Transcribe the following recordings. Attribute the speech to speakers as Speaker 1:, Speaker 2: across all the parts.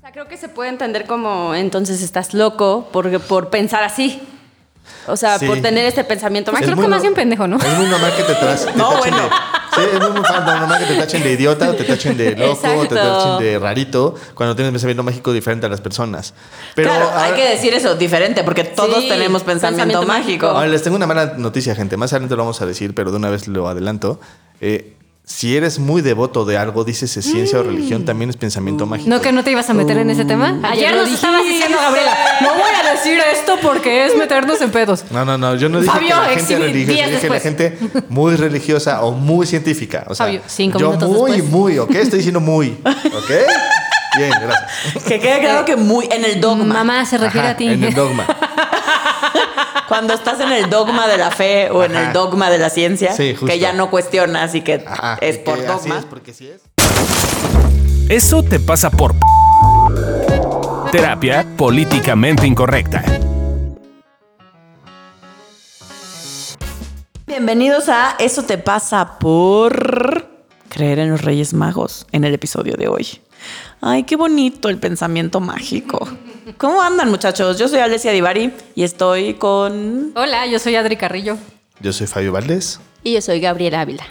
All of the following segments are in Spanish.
Speaker 1: sea, creo que se puede entender como entonces estás loco por, por pensar así. O sea,
Speaker 2: Sí.
Speaker 1: por tener este pensamiento
Speaker 3: Pues
Speaker 1: mágico.
Speaker 3: creo que más bien pendejo, ¿no?
Speaker 2: Es muy normal que te, tras- te tachen de... Sí, es muy fan- normal que te tachen de idiota, o te tachen de loco, o te
Speaker 1: Exacto.
Speaker 2: tachen de rarito, cuando tienes pensamiento mágico diferente a las personas. Pero
Speaker 4: claro, hay
Speaker 2: ahora-
Speaker 4: que decir eso, diferente, porque todos
Speaker 1: Sí,
Speaker 4: tenemos pensamiento,
Speaker 1: pensamiento mágico.
Speaker 4: mágico.
Speaker 2: Ahora les tengo una mala noticia, gente. Más adelante lo vamos a decir, pero de una vez lo adelanto. Eh, si eres muy devoto de algo, dices es ciencia o religión, también es pensamiento mágico.
Speaker 3: Mm. No, que no te ibas a meter en ese tema. Ayer
Speaker 1: Mm. lo
Speaker 3: nos estabas
Speaker 1: dijiste.
Speaker 3: diciendo, Gabriela, no voy a decir esto porque es meternos en pedos.
Speaker 2: No, no, no, yo no dije
Speaker 3: Fabio,
Speaker 2: que la gente
Speaker 3: exhibe
Speaker 2: religiosa,
Speaker 3: días
Speaker 2: yo dije la gente muy religiosa o muy científica. O sea,
Speaker 3: Fabio, cinco
Speaker 2: yo
Speaker 3: minutos
Speaker 2: muy,
Speaker 3: después.
Speaker 2: muy, ¿ok? Estoy diciendo muy, ¿ok? Bien, gracias.
Speaker 4: Que quede
Speaker 2: Eh.
Speaker 4: claro que muy en el dogma.
Speaker 3: Mamá se refiere
Speaker 2: Ajá,
Speaker 3: a ti.
Speaker 2: En el dogma.
Speaker 4: Cuando estás en el dogma de la fe o en
Speaker 2: Ajá.
Speaker 4: el dogma de la ciencia,
Speaker 2: Sí, justo.
Speaker 4: que ya no cuestionas y que
Speaker 2: Ajá,
Speaker 4: es
Speaker 2: que
Speaker 4: por
Speaker 2: así
Speaker 4: dogma.
Speaker 2: es, porque sí es.
Speaker 5: Eso te pasa por... p- Terapia políticamente incorrecta.
Speaker 4: Bienvenidos a Eso te pasa por creer en los Reyes Magos en el episodio de hoy. Ay, qué bonito el pensamiento mágico. ¿Cómo andan, muchachos? Yo soy Alessia Divari y estoy con
Speaker 3: Hola, yo soy Adri Carrillo.
Speaker 2: Yo soy Fabio Valdés.
Speaker 1: Y yo soy Gabriela Ávila.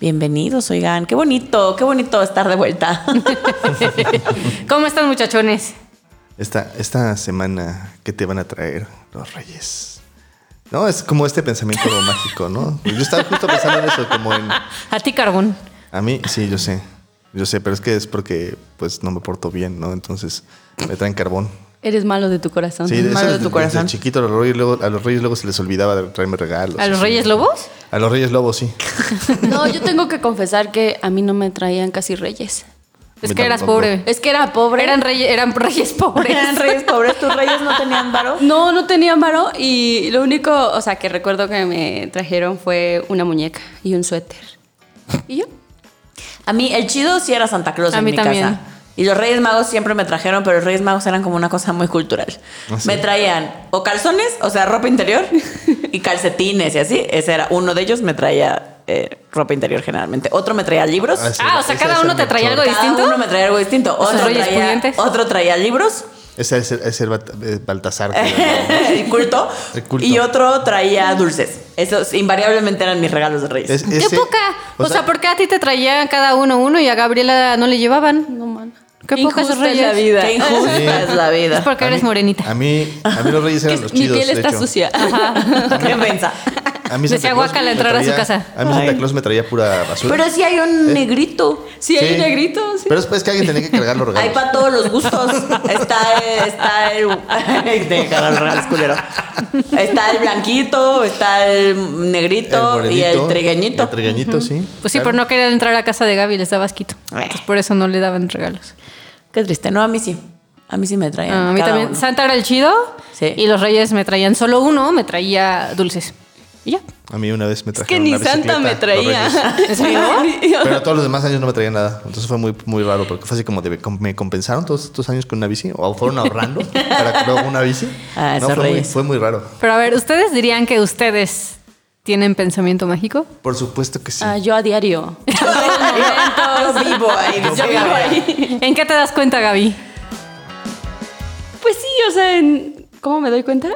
Speaker 4: Bienvenidos, oigan, qué bonito, qué bonito estar de vuelta.
Speaker 3: ¿Cómo están, muchachones?
Speaker 2: Esta, esta semana, ¿qué te van a traer los reyes? No, es como este pensamiento mágico, ¿no? Pues Yo estaba justo pensando en eso, como en...
Speaker 3: A ti, Carbón.
Speaker 2: A mí, sí, yo sé. Yo sé, pero es que es porque pues no me porto bien, ¿no? Entonces me traen carbón.
Speaker 1: Eres malo de tu corazón.
Speaker 2: Sí,
Speaker 4: Malo
Speaker 2: eso
Speaker 4: de
Speaker 2: desde-
Speaker 4: tu corazón.
Speaker 2: desde chiquito a los, reyes, luego, a los reyes luego se les olvidaba de traerme regalos.
Speaker 3: ¿A los
Speaker 2: así.
Speaker 3: Reyes Lobos?
Speaker 2: A los reyes lobos, sí.
Speaker 1: No, yo tengo que confesar que a mí no me traían casi reyes.
Speaker 3: Es
Speaker 2: Me
Speaker 3: que eras
Speaker 2: tampoco.
Speaker 3: pobre.
Speaker 1: Es que era pobre.
Speaker 3: Eran reyes, eran reyes pobres.
Speaker 4: Eran reyes pobres, tus reyes no tenían varo.
Speaker 1: No, no tenía varo y lo único, o sea, que recuerdo que me trajeron fue una muñeca y un suéter. ¿Y yo?
Speaker 4: A mí, el chido sí era Santa Claus
Speaker 3: A
Speaker 4: en
Speaker 3: mí
Speaker 4: mi
Speaker 3: también.
Speaker 4: casa. Y los Reyes Magos siempre me trajeron, pero los Reyes Magos eran como una cosa muy cultural.
Speaker 2: ¿Ah, sí?
Speaker 4: Me traían o calzones, o sea, ropa interior, y calcetines y así. Ese era uno de ellos, me traía eh, ropa interior generalmente. Otro me traía libros.
Speaker 2: Ah, sí.
Speaker 3: Ah, o sea,
Speaker 2: Ese
Speaker 3: cada
Speaker 2: es
Speaker 3: uno
Speaker 2: el
Speaker 3: te traía
Speaker 2: mejor.
Speaker 3: algo
Speaker 4: Cada
Speaker 3: distinto.
Speaker 4: uno me traía algo distinto.
Speaker 3: Esos
Speaker 4: Otro
Speaker 3: reyes
Speaker 4: traía,
Speaker 3: pudientes.
Speaker 4: otro traía libros.
Speaker 2: Ese es el, es el Bat- eh, Baltasar. que-
Speaker 4: y culto,
Speaker 2: El culto.
Speaker 4: y otro traía dulces. Esos invariablemente eran mis regalos de Reyes.
Speaker 2: es-
Speaker 3: ¿Qué
Speaker 2: ese-
Speaker 3: poca? O, sea, ¿por qué a ti te traían cada uno uno y a Gabriela no le llevaban?
Speaker 1: No, man.
Speaker 3: Qué
Speaker 1: Injusta
Speaker 3: poca esos reyes.
Speaker 1: es la vida.
Speaker 4: Qué injusta
Speaker 2: Sí.
Speaker 4: es la
Speaker 3: Es
Speaker 4: vida.
Speaker 3: porque
Speaker 2: a
Speaker 3: eres
Speaker 2: mí-
Speaker 3: morenita.
Speaker 2: A mí, a mí los reyes eran los
Speaker 1: Mi
Speaker 2: chidos.
Speaker 1: piel
Speaker 2: de
Speaker 1: está
Speaker 2: hecho.
Speaker 1: sucia.
Speaker 4: Qué mensa.
Speaker 2: A mí Santa
Speaker 3: Decía
Speaker 2: Claus
Speaker 3: guácala
Speaker 2: me
Speaker 3: entrar a su
Speaker 2: traía-
Speaker 3: casa.
Speaker 2: A mí Santa Claus me traía pura basura.
Speaker 4: Pero sí hay un negrito.
Speaker 1: Sí, hay un negrito. sí.
Speaker 2: Pero después que alguien tenía que cargar los
Speaker 4: Hay
Speaker 2: regalos.
Speaker 4: para todos los gustos. Está, el- está el. Déjalo, los regalos, culero. Está el blanquito, está el negrito y el
Speaker 2: morenito,
Speaker 4: trigueñito.
Speaker 2: El trigueñito, sí.
Speaker 3: Pues sí, pero no querían entrar a casa de Gaby, les daba asquito. Entonces
Speaker 2: Eh.
Speaker 3: por eso no le daban regalos.
Speaker 4: Qué triste. No, a mí sí. A mí sí me traen.
Speaker 3: Ah, a mí
Speaker 4: cada
Speaker 3: también.
Speaker 4: uno.
Speaker 3: Santa era el chido.
Speaker 4: Sí.
Speaker 3: Y los reyes me traían solo uno, me traía dulces. Y ya.
Speaker 2: A mí una vez me
Speaker 1: Es
Speaker 2: trajeron
Speaker 1: que ni
Speaker 2: una
Speaker 1: santa
Speaker 2: bicicleta,
Speaker 1: me
Speaker 2: los
Speaker 1: traía.
Speaker 2: Reyes.
Speaker 3: ¿En serio?
Speaker 2: Pero todos los demás años no me traía nada. Entonces fue muy, muy raro porque fue así como de, com- me compensaron todos estos años con una bici o fueron ahorrando para que luego una bici.
Speaker 4: Ah,
Speaker 2: no, fue
Speaker 4: esos
Speaker 2: muy,
Speaker 4: Reyes.
Speaker 2: fue muy raro.
Speaker 3: Pero a ver, ¿ustedes dirían que ustedes tienen pensamiento mágico?
Speaker 2: Por supuesto que sí.
Speaker 1: Ah, yo a diario.
Speaker 4: Yo vivo ahí.
Speaker 2: Yo vivo
Speaker 3: ¿En qué te das cuenta, Gaby?
Speaker 1: Pues sí, o sea, en- ¿cómo me doy cuenta?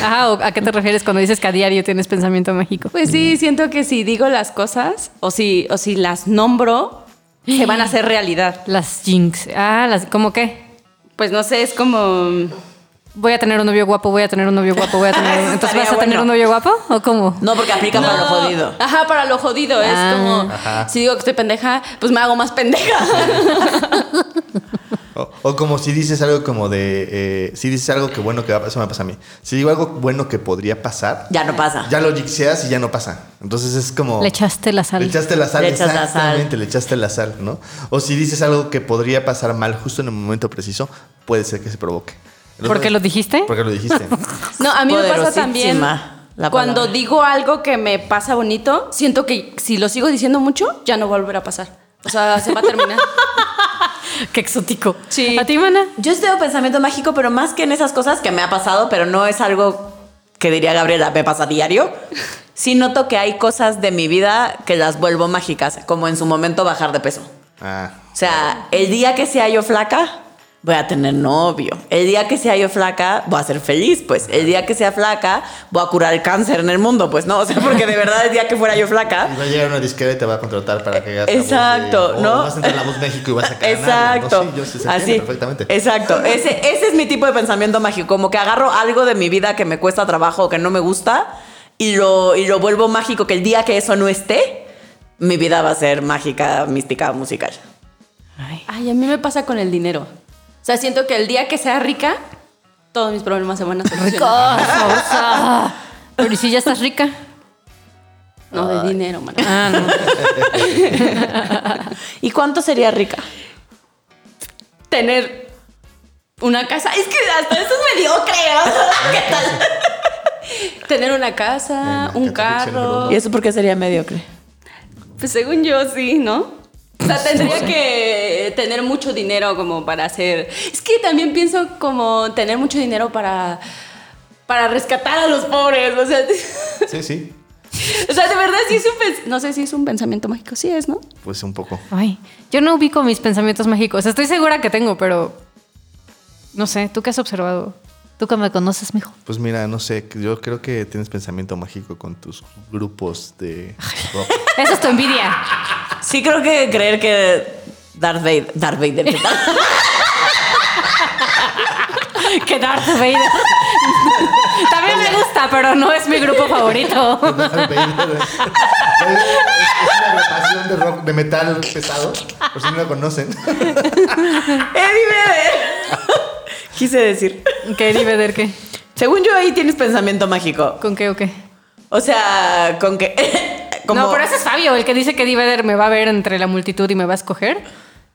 Speaker 3: Ajá, ¿o ¿a qué te refieres cuando dices que a diario tienes pensamiento mágico?
Speaker 1: Pues sí, siento que si digo las cosas o si, o si las nombro, se van a hacer realidad.
Speaker 3: Las jinx. Ah, las, ¿cómo qué?
Speaker 1: Pues no sé, es como...
Speaker 3: Voy a tener un novio guapo, voy a tener un novio guapo, voy a tener...
Speaker 4: Eso
Speaker 3: Entonces,
Speaker 4: estaría
Speaker 3: ¿vas a tener
Speaker 4: bueno.
Speaker 3: un novio guapo o cómo?
Speaker 4: No, porque aplica para lo
Speaker 1: No,
Speaker 4: jodido.
Speaker 1: Ajá, para lo jodido.
Speaker 3: Ah.
Speaker 1: Es como, si digo que estoy pendeja, pues me hago más pendeja.
Speaker 2: O, o como si dices algo como de... eh, si dices algo que bueno que va a pasar, eso me pasa a mí. Si digo algo bueno que podría pasar,
Speaker 4: Ya no pasa.
Speaker 2: ya lo jixeas y ya no pasa. Entonces es como...
Speaker 3: Le echaste la sal.
Speaker 2: Le echaste la sal,
Speaker 4: Le echas la sal.
Speaker 2: exactamente, le echaste la sal, ¿no? O si dices algo que podría pasar mal justo en el momento preciso, puede ser que se provoque.
Speaker 3: ¿Por qué lo dijiste?
Speaker 2: Porque lo dijiste.
Speaker 1: No, a mí me pasa también.
Speaker 4: Poderosísima la
Speaker 1: Cuando
Speaker 4: palabra.
Speaker 1: digo algo que me pasa bonito, siento que si lo sigo diciendo mucho, ya no va a volver a pasar. O sea, se va a terminar.
Speaker 3: Qué exótico.
Speaker 1: Sí.
Speaker 3: ¿A ti, mana?
Speaker 4: Yo sí tengo pensamiento mágico, pero más que en esas cosas que me ha pasado, pero no es algo que diría Gabriela, me pasa a diario. Sí noto que hay cosas de mi vida que las vuelvo mágicas, como en su momento bajar de peso.
Speaker 2: Ah,
Speaker 4: O sea, el día que sea yo flaca, voy a tener novio. El día que sea yo flaca, voy a ser feliz, pues. El día que sea flaca, voy a curar el cáncer en el mundo, pues, ¿no? O sea, porque de verdad el día que fuera yo flaca,
Speaker 2: Y va a llegar una disquera y te va a contratar para que hagas. la voz de-
Speaker 4: Exacto,
Speaker 2: o
Speaker 4: ¿no?
Speaker 2: Vas a entrar a la voz México y vas a ganar.
Speaker 4: Exacto.
Speaker 2: ¿no? Sí, yo sí se
Speaker 4: Así.
Speaker 2: entiende perfectamente.
Speaker 4: Exacto. Ese, ese es mi tipo de pensamiento mágico. Como que agarro algo de mi vida que me cuesta trabajo o que no me gusta y lo, y lo vuelvo mágico. Que el día que eso no esté, mi vida va a ser mágica, mística, musical.
Speaker 1: Ay, a mí me pasa con el dinero. O sea, siento que el día que sea rica, todos mis problemas se van a solucionar.
Speaker 4: Ah,
Speaker 3: Cosa. Pero ¿y si ya estás rica.
Speaker 1: No, de dinero, mano.
Speaker 3: Ah, no.
Speaker 4: ¿Y cuánto sería rica?
Speaker 1: Tener una casa. Es que hasta eso es mediocre. o sea, ¿Qué tal? Tener una casa,
Speaker 2: Nena,
Speaker 1: un
Speaker 2: qué atracción,
Speaker 1: carro.
Speaker 2: bro.
Speaker 4: ¿Y eso por qué sería mediocre?
Speaker 1: Pues según yo, sí, ¿no? O sea, tendría que tener mucho dinero como para hacer... Es que también pienso como tener mucho dinero para... Para rescatar a los pobres, o sea,
Speaker 2: Sí, sí.
Speaker 1: o sea, de verdad sí es un pens- no sé si es un pensamiento mágico, sí es, ¿no?
Speaker 2: Pues un poco.
Speaker 3: Ay, yo no ubico mis pensamientos mágicos. Estoy segura que tengo, pero no sé, ¿tú qué has observado? ¿Tú que me conoces, mijo?
Speaker 2: Pues mira, no sé. Yo creo que tienes pensamiento mágico con tus grupos de rock.
Speaker 3: Eso es tu envidia.
Speaker 4: Sí, creo que creer que Darth Vader. Darth Vader, ¿qué tal?
Speaker 3: que Darth Vader. También me gusta, pero no es mi grupo favorito.
Speaker 2: Darth Vader. Es una agrupación de rock, de metal pesado. Por si no la conocen.
Speaker 4: Eh, Eddie Vedder. Quise decir.
Speaker 3: ¿Qué, Eddie Vedder, qué?
Speaker 4: Según yo, ahí tienes pensamiento mágico.
Speaker 3: ¿Con qué o qué?
Speaker 4: O sea, con que. como-
Speaker 3: No, pero ese es Fabio, el que dice que Eddie Vedder me va a ver entre la multitud y me va a escoger.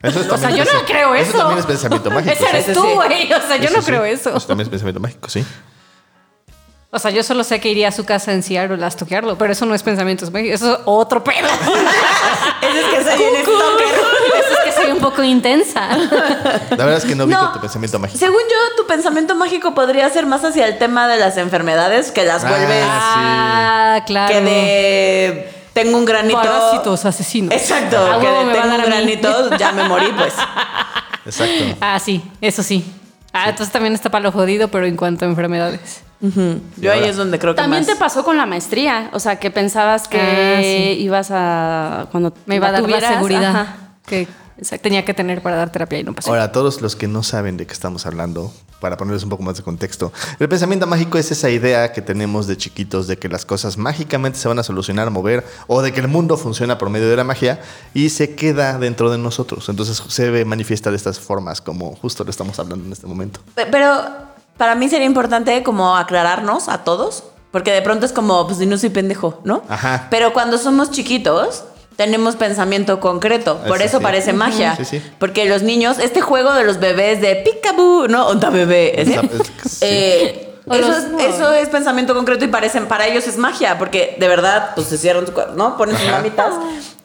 Speaker 2: Eso es
Speaker 3: O sea,
Speaker 2: también
Speaker 3: yo no
Speaker 2: pensa-
Speaker 3: creo eso.
Speaker 2: Eso también es pensamiento mágico.
Speaker 3: Ese eres
Speaker 4: Ese
Speaker 3: tú,
Speaker 4: sí.
Speaker 3: güey. O sea, yo
Speaker 2: Sí,
Speaker 3: no
Speaker 2: sí,
Speaker 3: creo
Speaker 2: sí.
Speaker 3: eso.
Speaker 2: Eso también es pensamiento mágico, sí.
Speaker 3: O sea, yo solo sé que iría a su casa en Seattle a toquearlo, pero eso no es pensamientos mágicos, eso es otro pedo.
Speaker 4: Ese es que soy un stalker.
Speaker 3: Eso es que soy un poco intensa.
Speaker 2: La verdad es que no vi
Speaker 4: No.
Speaker 2: tu pensamiento mágico.
Speaker 4: Según yo, tu pensamiento mágico podría ser más hacia el tema de las enfermedades que las
Speaker 2: Ah,
Speaker 4: vuelves
Speaker 3: Ah, claro.
Speaker 4: que de tengo un granito.
Speaker 3: Parásitos, asesinos.
Speaker 4: Exacto,
Speaker 3: A
Speaker 4: que
Speaker 3: huevo
Speaker 4: de
Speaker 3: me va a
Speaker 4: tengo
Speaker 3: dar
Speaker 4: un
Speaker 3: a mí.
Speaker 4: granito, ya me morí, pues.
Speaker 2: Exacto.
Speaker 3: Ah, sí, eso sí. Ah, entonces también está para lo jodido, pero en cuanto a enfermedades.
Speaker 4: Yo ahí es donde creo que
Speaker 1: También
Speaker 4: más.
Speaker 1: te pasó con la maestría, o sea, que pensabas que
Speaker 3: Ah, sí.
Speaker 1: ibas a cuando
Speaker 3: Me iba
Speaker 1: la
Speaker 3: a dar la
Speaker 1: tuvieras,
Speaker 3: seguridad
Speaker 1: ajá.
Speaker 3: que tenía que tener para dar terapia y no pasó.
Speaker 2: Ahora, a todos los que no saben de qué estamos hablando, para ponerles un poco más de contexto, el pensamiento mágico es esa idea que tenemos de chiquitos de que las cosas mágicamente se van a solucionar, mover, o de que el mundo funciona por medio de la magia y se queda dentro de nosotros. Entonces se ve- manifiesta de estas formas, como justo lo estamos hablando en este momento.
Speaker 4: Pe- Pero para mí sería importante como aclararnos a todos, porque de pronto es como, pues no soy pendejo, ¿no?
Speaker 2: Ajá.
Speaker 4: Pero cuando somos chiquitos, tenemos pensamiento concreto, por
Speaker 2: Eso
Speaker 4: eso
Speaker 2: sí.
Speaker 4: parece
Speaker 2: Ujú.
Speaker 4: magia.
Speaker 2: Sí, sí.
Speaker 4: Porque los niños, este juego de los bebés de picaboo, ¿no? Onda bebé. ese.
Speaker 2: Onda- es- sí.
Speaker 4: Eh,
Speaker 3: O
Speaker 4: eso,
Speaker 3: los-
Speaker 4: es, eso es pensamiento concreto y parecen, para ellos es magia, porque de verdad, pues se cierran su cuerpo, ¿no? Ponen sus
Speaker 2: Ajá.
Speaker 4: mamitas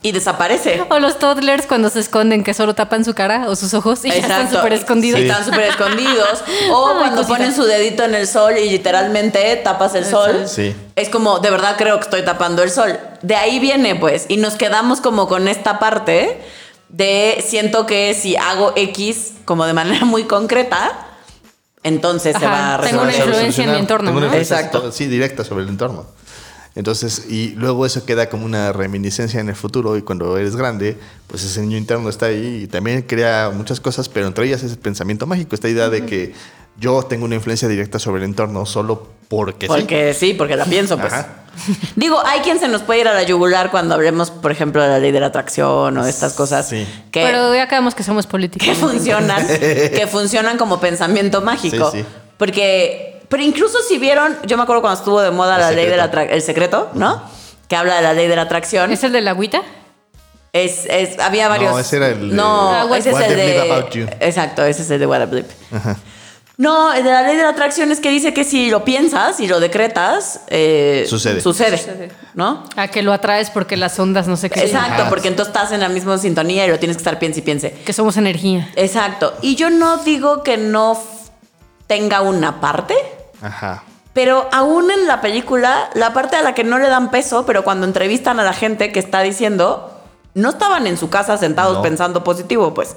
Speaker 4: y desaparece.
Speaker 3: O los toddlers cuando se esconden, que solo tapan su cara o sus ojos y ya están
Speaker 4: Exacto.
Speaker 3: súper escondidos.
Speaker 4: Sí, Están súper escondidos. O
Speaker 3: Ay,
Speaker 4: cuando
Speaker 3: cosita.
Speaker 4: ponen su dedito en el sol y literalmente tapas el sol.
Speaker 2: Sí.
Speaker 4: Es como, de verdad creo que estoy tapando el sol. De ahí viene, pues. Y nos quedamos como con esta parte de siento que si hago X como de manera muy concreta, entonces se
Speaker 3: Ajá,
Speaker 4: va a
Speaker 3: tengo
Speaker 4: resolver.
Speaker 3: una influencia en mi entorno,
Speaker 2: Tengo una
Speaker 3: ¿no?
Speaker 2: influencia
Speaker 4: Exacto.
Speaker 2: sobre- Sí, directa sobre el entorno. Entonces, y luego eso queda como una reminiscencia en el futuro y cuando eres grande, pues ese niño interno está ahí y también crea muchas cosas, pero entre ellas es el pensamiento mágico, esta idea de que yo tengo una influencia directa sobre el entorno solo porque, sí.
Speaker 4: Porque sí, porque la pienso, pues.
Speaker 2: Ajá.
Speaker 4: Digo, hay quien se nos puede ir a la yugular cuando hablemos, por ejemplo, de la ley de la atracción o de estas cosas.
Speaker 2: Sí.
Speaker 4: que-
Speaker 3: Pero ya acabamos que somos
Speaker 4: que
Speaker 3: políticos.
Speaker 4: funcionan, que funcionan como pensamiento mágico.
Speaker 2: Sí, sí.
Speaker 4: Porque, pero incluso si vieron, yo me acuerdo cuando estuvo de moda
Speaker 2: El
Speaker 4: la ley de
Speaker 2: secreto.
Speaker 4: la atracción, el secreto, ¿no? Que habla de la ley de la atracción.
Speaker 3: ¿Es el de la agüita?
Speaker 4: Es, es- había varios.
Speaker 2: No, ese era el de-
Speaker 4: No,
Speaker 3: Ah,
Speaker 4: ese es
Speaker 2: What
Speaker 4: el
Speaker 2: They Believe
Speaker 4: de.
Speaker 2: About You.
Speaker 4: Exacto, ese es el de What I Believe.
Speaker 2: Ajá.
Speaker 4: No, el de la ley de la atracción es que dice que si lo piensas y lo decretas, eh,
Speaker 2: Sucede.
Speaker 4: Sucede, ¿no?
Speaker 3: A Ah, que lo atraes porque las ondas no sé qué. son.
Speaker 4: Exacto,
Speaker 2: Ajá.
Speaker 4: porque entonces estás en la misma sintonía y lo tienes que estar piense y piense.
Speaker 3: Que somos energía.
Speaker 4: Exacto. Y yo no digo que no f- tenga una parte,
Speaker 2: Ajá.
Speaker 4: pero aún en la película, la parte a la que no le dan peso, pero cuando entrevistan a la gente que está diciendo, no estaban en su casa sentados
Speaker 2: No.
Speaker 4: pensando positivo, pues.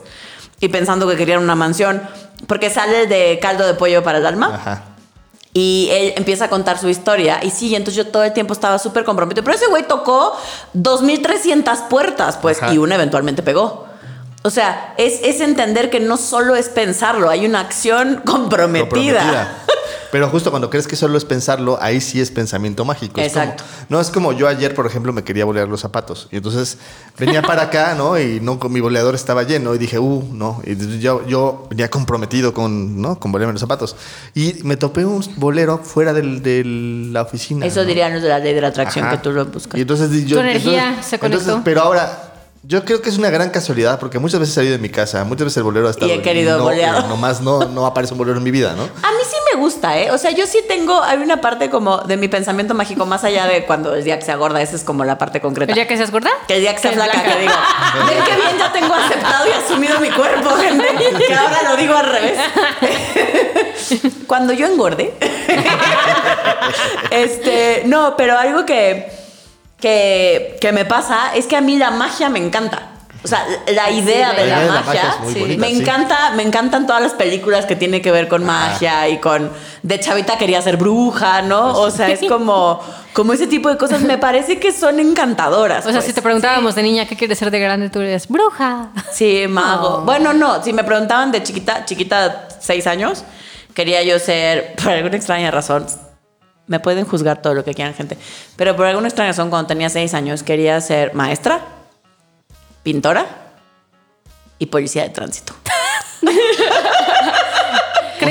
Speaker 4: y pensando que querían una mansión, porque sale de caldo de pollo para el
Speaker 3: Ah.
Speaker 4: alma.
Speaker 2: Ajá.
Speaker 4: Y él empieza a contar su historia. Y sí, entonces yo todo el tiempo estaba súper comprometido. Pero ese güey tocó 2.300 puertas, pues,
Speaker 2: Ajá.
Speaker 4: y una eventualmente pegó. O sea, es, es entender que no solo es pensarlo, hay una acción comprometida.
Speaker 2: comprometida. Pero justo cuando crees que solo es pensarlo, ahí sí es pensamiento mágico. Es como-
Speaker 4: Exacto.
Speaker 2: no es como yo ayer, por ejemplo, me quería bolear los zapatos. Y entonces venía para acá, ¿no? Y no con mi boleador estaba lleno. Y dije, uh, no. Y entonces yo, yo venía comprometido con, ¿no? Con bolearme los zapatos. Y me topé un bolero fuera del- de la oficina.
Speaker 4: Eso
Speaker 2: ¿no?
Speaker 4: dirían los de la ley de la atracción
Speaker 2: Ajá.
Speaker 4: que tú lo buscas.
Speaker 2: Y entonces di- yo,
Speaker 3: Tu energía
Speaker 2: entonces-
Speaker 3: se conectó.
Speaker 2: entonces, pero ahora, yo creo que es una gran casualidad porque muchas veces he salido de mi casa, muchas veces el bolero ha estado.
Speaker 4: Y he querido
Speaker 2: no,
Speaker 4: boleado.
Speaker 2: eh, Nomás no, no aparece un bolero en mi vida, ¿no?
Speaker 4: A mí sí me gusta, ¿eh? O sea, yo sí tengo, hay una parte como de mi pensamiento mágico, más allá de cuando el día que se agorda, esa es como la parte concreta.
Speaker 3: ¿El día que seas gorda?
Speaker 4: Que el día que sea
Speaker 3: Eres
Speaker 4: flaca,
Speaker 3: blanca.
Speaker 4: que digo, ven que bien ya tengo aceptado y asumido mi cuerpo, gente. Que ahora lo digo al revés. Cuando yo engorde. este, no, pero algo que, que, que me pasa es que a mí la magia me encanta. O sea, la idea
Speaker 2: la
Speaker 4: de la,
Speaker 2: idea de la
Speaker 4: magia,
Speaker 2: magia es muy
Speaker 4: sí,
Speaker 2: bonita,
Speaker 4: me
Speaker 2: sí.
Speaker 4: encanta, me encantan todas las películas que tienen que ver con magia y con de chavita quería ser bruja, ¿no? O sea, es como como ese tipo de cosas me parece que son encantadoras.
Speaker 3: O sea,
Speaker 4: pues.
Speaker 3: si te preguntábamos de niña qué quieres ser de grande, tú eres bruja.
Speaker 4: Sí, mago. Bueno, no, si me preguntaban de chiquita, chiquita, seis años, quería yo ser, por alguna extraña razón, me pueden juzgar todo lo que quieran, gente, pero por alguna extraña razón, cuando tenía seis años, quería ser maestra, pintora y policía de tránsito.
Speaker 3: Creí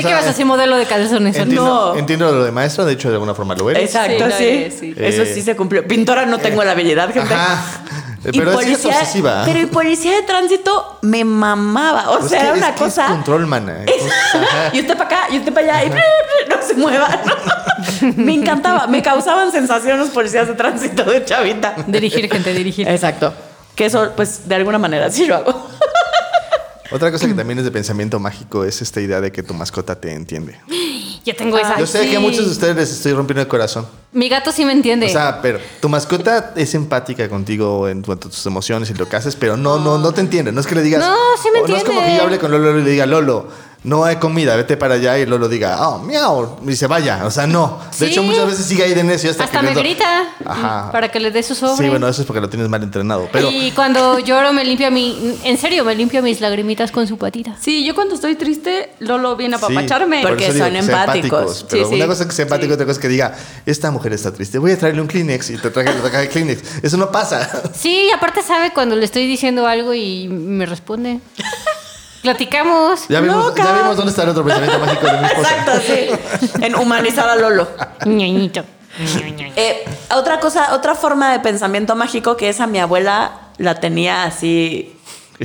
Speaker 2: O sea, eh,
Speaker 3: que ibas así modelo de calzones. ¿o no?
Speaker 2: Entiendo,
Speaker 4: No.
Speaker 2: entiendo lo de maestro, de hecho, de alguna forma lo eres.
Speaker 4: Exacto,
Speaker 1: Sí, lo
Speaker 4: sí.
Speaker 1: eres, sí.
Speaker 4: Eso
Speaker 2: Eh,
Speaker 4: sí se cumplió. Pintora no tengo la habilidad, gente.
Speaker 2: Ajá. Eh,
Speaker 4: Y
Speaker 2: Pero es que es
Speaker 4: policía-
Speaker 2: obsesiva.
Speaker 4: Pero y policía de tránsito me mamaba. O
Speaker 2: Pues
Speaker 4: sea,
Speaker 2: que-
Speaker 4: era
Speaker 2: es
Speaker 4: una
Speaker 2: que es
Speaker 4: cosa.
Speaker 2: control, mana. Es- ajá.
Speaker 4: Y usted para acá, y usted para allá, y no se mueva. Me encantaba, me causaban sensación los policías de tránsito de chavita.
Speaker 3: Dirigir, gente, dirigir.
Speaker 2: Eh,
Speaker 4: Exacto. Que eso, pues, de alguna manera sí lo hago.
Speaker 2: Otra cosa que también es de pensamiento mágico es esta idea de que tu mascota te entiende.
Speaker 3: Yo tengo esa.
Speaker 2: Yo sé
Speaker 3: Sí.
Speaker 2: que a muchos de ustedes les estoy rompiendo el corazón.
Speaker 3: Mi gato sí me entiende.
Speaker 2: O sea, pero tu mascota es empática contigo en cuanto a tus emociones y lo que haces, pero no, no, no te entiende. No es que le digas.
Speaker 3: No, sí me
Speaker 2: o No es como
Speaker 3: entiende.
Speaker 2: que yo hable con Lolo y le diga, Lolo, no hay comida, vete para allá y Lolo diga, oh, miau, y se vaya. O sea, no. De
Speaker 3: Sí.
Speaker 2: hecho, muchas veces sigue ahí de necio hasta,
Speaker 3: Hasta
Speaker 2: que
Speaker 3: me
Speaker 2: Lolo-
Speaker 3: grita mm,
Speaker 2: Ajá.
Speaker 3: para que le dé su sobre.
Speaker 2: Sí, bueno, eso es porque lo tienes mal entrenado. Pero
Speaker 3: Y cuando lloro me limpia mi... En serio, me limpia mis lagrimitas con su patita.
Speaker 1: Sí, yo cuando estoy triste, Lolo viene a
Speaker 2: Sí,
Speaker 1: papacharme.
Speaker 2: por
Speaker 4: Porque
Speaker 2: eso digo
Speaker 4: son
Speaker 2: que sean
Speaker 4: empáticos.
Speaker 2: Pero
Speaker 1: Sí, sí.
Speaker 2: una cosa es que sea empático
Speaker 1: Sí.
Speaker 2: otra cosa es que diga, esta mujer está triste, voy a traerle un Kleenex y te traje la caja de Kleenex. Eso no pasa.
Speaker 3: Sí, y aparte sabe cuando le estoy diciendo algo y me responde. Platicamos.
Speaker 2: Ya vimos,
Speaker 4: Loca.
Speaker 2: ya vimos dónde está el otro pensamiento mágico de mi esposa.
Speaker 4: Exacto, sí. En humanizar a Lolo.
Speaker 3: Ñañito.
Speaker 4: Eh, otra cosa, otra forma de pensamiento mágico que esa mi abuela la tenía así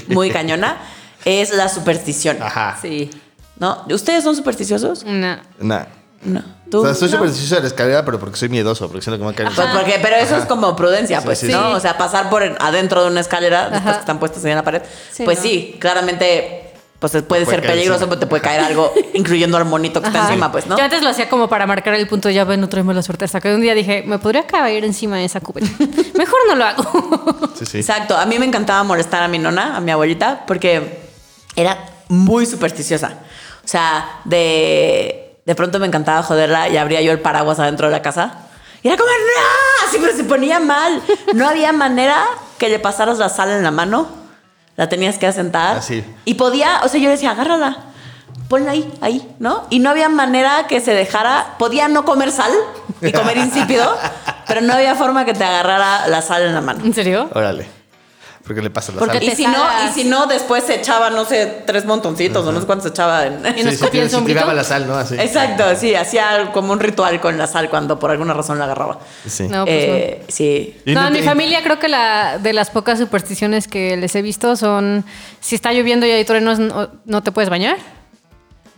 Speaker 4: muy cañona es la superstición.
Speaker 2: Ajá.
Speaker 1: Sí.
Speaker 4: ¿No? ¿Ustedes son supersticiosos?
Speaker 3: No.
Speaker 2: Nah.
Speaker 4: No.
Speaker 2: O
Speaker 4: ¿Tú?
Speaker 2: sea, soy supersticioso de la escalera, pero porque soy miedoso, porque siento que me va a caer.
Speaker 4: Pues
Speaker 2: encima.
Speaker 4: porque, pero eso es como prudencia,
Speaker 2: Sí,
Speaker 4: pues,
Speaker 2: sí,
Speaker 4: ¿no?
Speaker 2: sí.
Speaker 4: O sea, pasar por en- adentro de una escalera, de estas
Speaker 3: Ajá.
Speaker 4: que están puestas ahí en la pared,
Speaker 1: Sí,
Speaker 4: pues
Speaker 1: no.
Speaker 4: sí, claramente, pues puede, ser
Speaker 2: caer
Speaker 4: peligroso,
Speaker 2: encima.
Speaker 4: pues te puede caer algo, incluyendo al monito que está
Speaker 3: Ajá.
Speaker 2: Ah,
Speaker 4: encima, pues, ¿no?
Speaker 3: Yo antes lo hacía como para marcar el punto, ya ven, no traemos la suerte. Hasta que un día dije, me podría caer encima de esa cubeta. Mejor no lo hago.
Speaker 2: Sí, sí.
Speaker 4: Exacto. A mí me encantaba molestar a mi nona, a mi abuelita, porque era muy supersticiosa. O sea, de, de pronto me encantaba joderla y abría yo el paraguas adentro de la casa. Y era como, ¡no! Así, pero se ponía mal. No había manera que le pasaras la sal en la mano. La tenías que asentar.
Speaker 2: Así.
Speaker 4: Y podía, o sea, yo le decía, agárrala. Ponla ahí, ahí, ¿no? Y no había manera que se dejara. Podía no comer sal y comer insípido, pero no había forma que te agarrara la sal en la mano.
Speaker 3: ¿En serio?
Speaker 2: Órale. Porque le pasa la sal.
Speaker 3: Porque te-
Speaker 4: Y si, no,
Speaker 3: salgas.
Speaker 4: y si no, después se echaba, no sé, tres montoncitos o no sé cuántos se echaba. en-
Speaker 3: Y nos
Speaker 2: Sí, sí,
Speaker 3: copia el
Speaker 2: sí,
Speaker 3: sombrito.
Speaker 2: tiraba la sal, ¿no? Así.
Speaker 4: Exacto, sí, hacía como un ritual con la sal cuando por alguna razón la agarraba.
Speaker 2: Sí.
Speaker 3: No, pues
Speaker 4: Eh, Sí.
Speaker 2: Y
Speaker 3: no, en mi
Speaker 2: te-
Speaker 3: familia creo que la de las pocas supersticiones que les he visto son si está lloviendo y hay truenos no, no te puedes bañar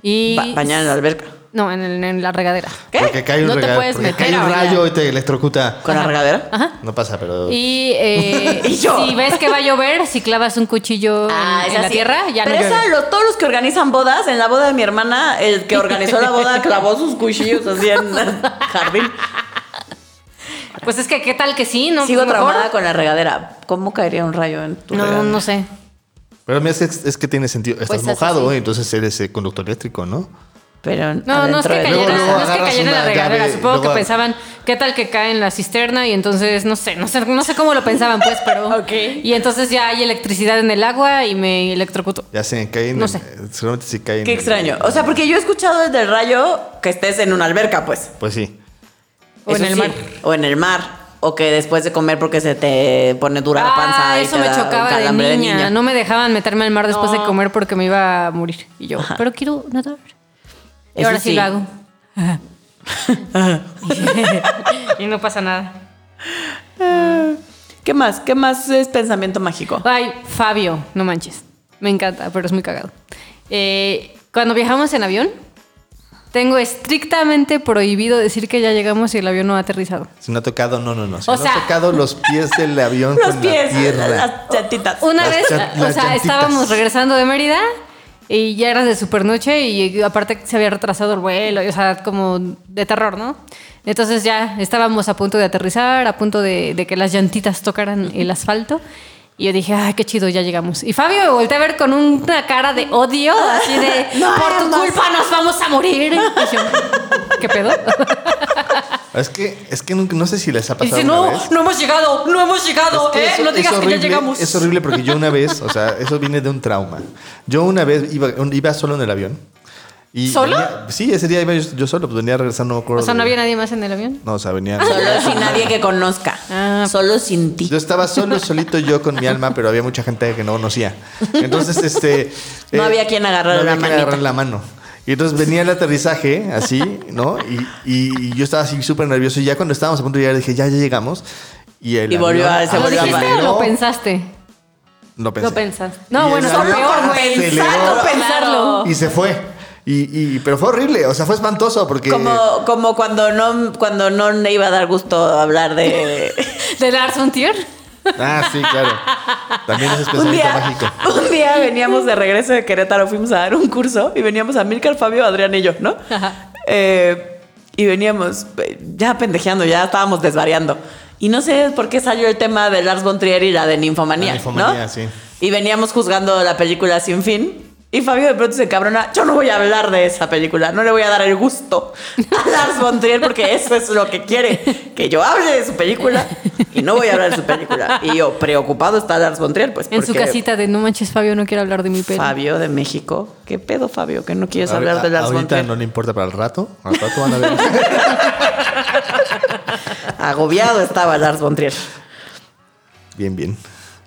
Speaker 3: y
Speaker 4: Ba- bañar en la alberca.
Speaker 3: no en, el- en la regadera
Speaker 4: ¿Qué?
Speaker 2: Porque cae un,
Speaker 3: No te
Speaker 2: rega-
Speaker 3: puedes
Speaker 2: porque
Speaker 3: meter
Speaker 2: cae un
Speaker 3: a bañar.
Speaker 2: rayo y te electrocuta.
Speaker 4: ¿Con la regadera?
Speaker 2: No pasa, pero.
Speaker 3: y, eh,
Speaker 4: Y yo.
Speaker 3: si ves que va a llover si clavas un cuchillo en- en,
Speaker 4: Ah, esa
Speaker 3: la
Speaker 4: sí.
Speaker 3: tierra ya
Speaker 4: Pero
Speaker 3: no
Speaker 4: esa,
Speaker 3: llueve.
Speaker 4: lo- todos los que organizan bodas, en la boda de mi hermana, el que organizó la boda clavó sus cuchillos así en el jardín.
Speaker 3: pues es que qué tal que sí no pues
Speaker 4: Sigo
Speaker 3: Mejor-
Speaker 4: traumada con la regadera. ¿Cómo caería un rayo en tu
Speaker 3: no
Speaker 4: regadera?
Speaker 3: no sé
Speaker 2: Pero mira, es, que- es que tiene sentido. Estás
Speaker 1: Pues es
Speaker 2: mojado,
Speaker 1: así.
Speaker 2: entonces eres eh, conducto eléctrico, ¿no?
Speaker 4: Pero
Speaker 3: No, no es
Speaker 4: adentro
Speaker 3: que
Speaker 4: de-
Speaker 3: cayera,
Speaker 2: Luego, luego
Speaker 3: no es que
Speaker 2: agarras
Speaker 3: cayera en la
Speaker 2: una
Speaker 3: regadera.
Speaker 2: llave,
Speaker 3: Supongo
Speaker 2: luego-
Speaker 3: que pensaban, ¿qué tal que cae en la cisterna? Y entonces, no sé, no sé, no sé cómo lo pensaban, pues, pero.
Speaker 1: Ok.
Speaker 3: Y entonces ya hay electricidad en el agua y me electrocuto.
Speaker 2: Ya se caen.
Speaker 3: No sé.
Speaker 2: eh, Seguramente sí caen.
Speaker 4: Qué extraño. O sea, porque yo he escuchado desde el rayo que estés en una alberca, pues.
Speaker 2: Pues sí.
Speaker 3: O en
Speaker 4: Eso
Speaker 3: el
Speaker 4: sí.
Speaker 3: mar.
Speaker 4: O en el mar. O que después de comer porque se te pone dura la panza.
Speaker 3: Ah,
Speaker 4: y
Speaker 3: eso
Speaker 4: te
Speaker 3: me
Speaker 4: da un
Speaker 3: chocaba de
Speaker 4: calambre
Speaker 3: niña. No me dejaban meterme al mar después
Speaker 1: No.
Speaker 3: de comer porque me iba a morir. Y yo, pero quiero nadar. Y
Speaker 4: Eso
Speaker 3: ahora sí,
Speaker 4: sí.
Speaker 3: lo hago. y no pasa nada.
Speaker 4: ¿Qué más? ¿Qué más es pensamiento mágico?
Speaker 3: Ay, Fabio, no manches. Me encanta, pero es muy cagado. Eh, cuando viajamos en avión, tengo estrictamente prohibido decir que ya llegamos y el avión no ha aterrizado.
Speaker 2: Si no ha tocado, no, no, no. Si
Speaker 3: O
Speaker 2: no
Speaker 3: sea-
Speaker 2: ha tocado los pies del avión
Speaker 4: Los
Speaker 2: con
Speaker 4: pies,
Speaker 2: la tierra.
Speaker 4: las chatitas.
Speaker 3: Una
Speaker 2: Las
Speaker 3: vez,
Speaker 2: chan-
Speaker 3: o
Speaker 2: las
Speaker 3: sea,
Speaker 2: llantitas.
Speaker 3: estábamos regresando de Mérida y ya era de supernoche y aparte se había retrasado el vuelo, y, o sea, como de terror, ¿no? Entonces ya estábamos a punto de aterrizar, a punto de, de que las llantitas tocaran el asfalto. Y yo dije, ay, qué chido, ya llegamos. Y Fabio me volteé a ver con una cara de odio, así de,
Speaker 4: No,
Speaker 3: por tu
Speaker 4: no.
Speaker 3: culpa nos vamos a morir. Y yo, ¿qué pedo?
Speaker 2: Es que, es que nunca- no sé si les ha
Speaker 3: Y
Speaker 2: pasado.
Speaker 3: dice,
Speaker 2: una
Speaker 3: no,
Speaker 2: vez.
Speaker 3: no hemos llegado, no hemos llegado,
Speaker 2: Es que
Speaker 3: ¿eh?
Speaker 2: eso
Speaker 3: no digas
Speaker 2: es
Speaker 3: que ya llegamos.
Speaker 2: Es horrible porque yo una vez, o sea, eso viene de un trauma. Yo una vez iba, un- iba solo en el avión. Y
Speaker 3: ¿Solo?
Speaker 2: venía- sí, ese día iba yo, yo solo, pues venía regresando, no me acuerdo
Speaker 3: O sea, ¿no
Speaker 2: de-
Speaker 3: había nadie más en el avión?
Speaker 2: No, o sea, venía.
Speaker 4: Ah, Solo sin nadie que conozca.
Speaker 3: Ah.
Speaker 4: Solo sin ti.
Speaker 2: Yo estaba solo, solito yo con mi alma, pero había mucha gente que no conocía. Entonces, este.
Speaker 4: No había quien agarrara
Speaker 2: no había
Speaker 4: la
Speaker 2: quien
Speaker 4: manita.
Speaker 2: agarrar la mano. Y entonces venía el aterrizaje, así, ¿no? Y, y- y yo estaba así súper nervioso. Y ya cuando estábamos a punto de llegar, dije, ya, ya llegamos. Y, el
Speaker 4: Y volvió
Speaker 2: avión
Speaker 4: a- se
Speaker 3: ¿Lo
Speaker 4: volvió a
Speaker 3: dijiste o
Speaker 2: aceleró.
Speaker 3: lo pensaste?
Speaker 2: Lo pensé.
Speaker 3: Lo pensaste. No,
Speaker 2: Y
Speaker 3: bueno,
Speaker 2: el
Speaker 3: está
Speaker 2: avión
Speaker 3: peor, güey.
Speaker 2: aceleró
Speaker 4: Exacto,
Speaker 3: pensarlo.
Speaker 2: Y se fue. Y, y- pero fue horrible, o sea, fue espantoso porque.
Speaker 4: Como, como cuando no cuando no le iba a dar gusto hablar de
Speaker 3: ¿De Lars von Trier?
Speaker 2: Ah, sí, claro. También ese es
Speaker 4: un
Speaker 2: pensamiento
Speaker 4: día,
Speaker 2: mágico.
Speaker 4: un día veníamos de regreso de Querétaro, fuimos a dar un curso y veníamos a Milcar, Fabio, Adrián y yo, ¿no?
Speaker 3: Ajá.
Speaker 4: Eh, y veníamos eh, ya pendejeando, ya estábamos desvariando. Y no sé por qué salió el tema de Lars von Trier y la de Ninfomanía,
Speaker 2: La ninfomanía,
Speaker 4: ¿no?
Speaker 2: sí.
Speaker 4: Y veníamos juzgando la película sin fin. Y Fabio de pronto se cabrona, yo no voy a hablar de esa película, no le voy a dar el gusto a Lars von Trier porque eso es lo que quiere, que yo hable de su película y no voy a hablar de su película. Y yo, preocupado está Lars von Trier, pues
Speaker 3: En su
Speaker 4: porque
Speaker 3: casita de no manches, Fabio, no quiero hablar de mi peli.
Speaker 4: Fabio de México, ¿qué pedo Fabio? Que no quieres hablar de
Speaker 2: Ahorita-
Speaker 4: Lars von
Speaker 2: Ahorita
Speaker 4: Trier.
Speaker 2: no le importa para el rato. Al rato van a ver.
Speaker 4: Agobiado estaba Lars von Trier.
Speaker 2: bien, bien.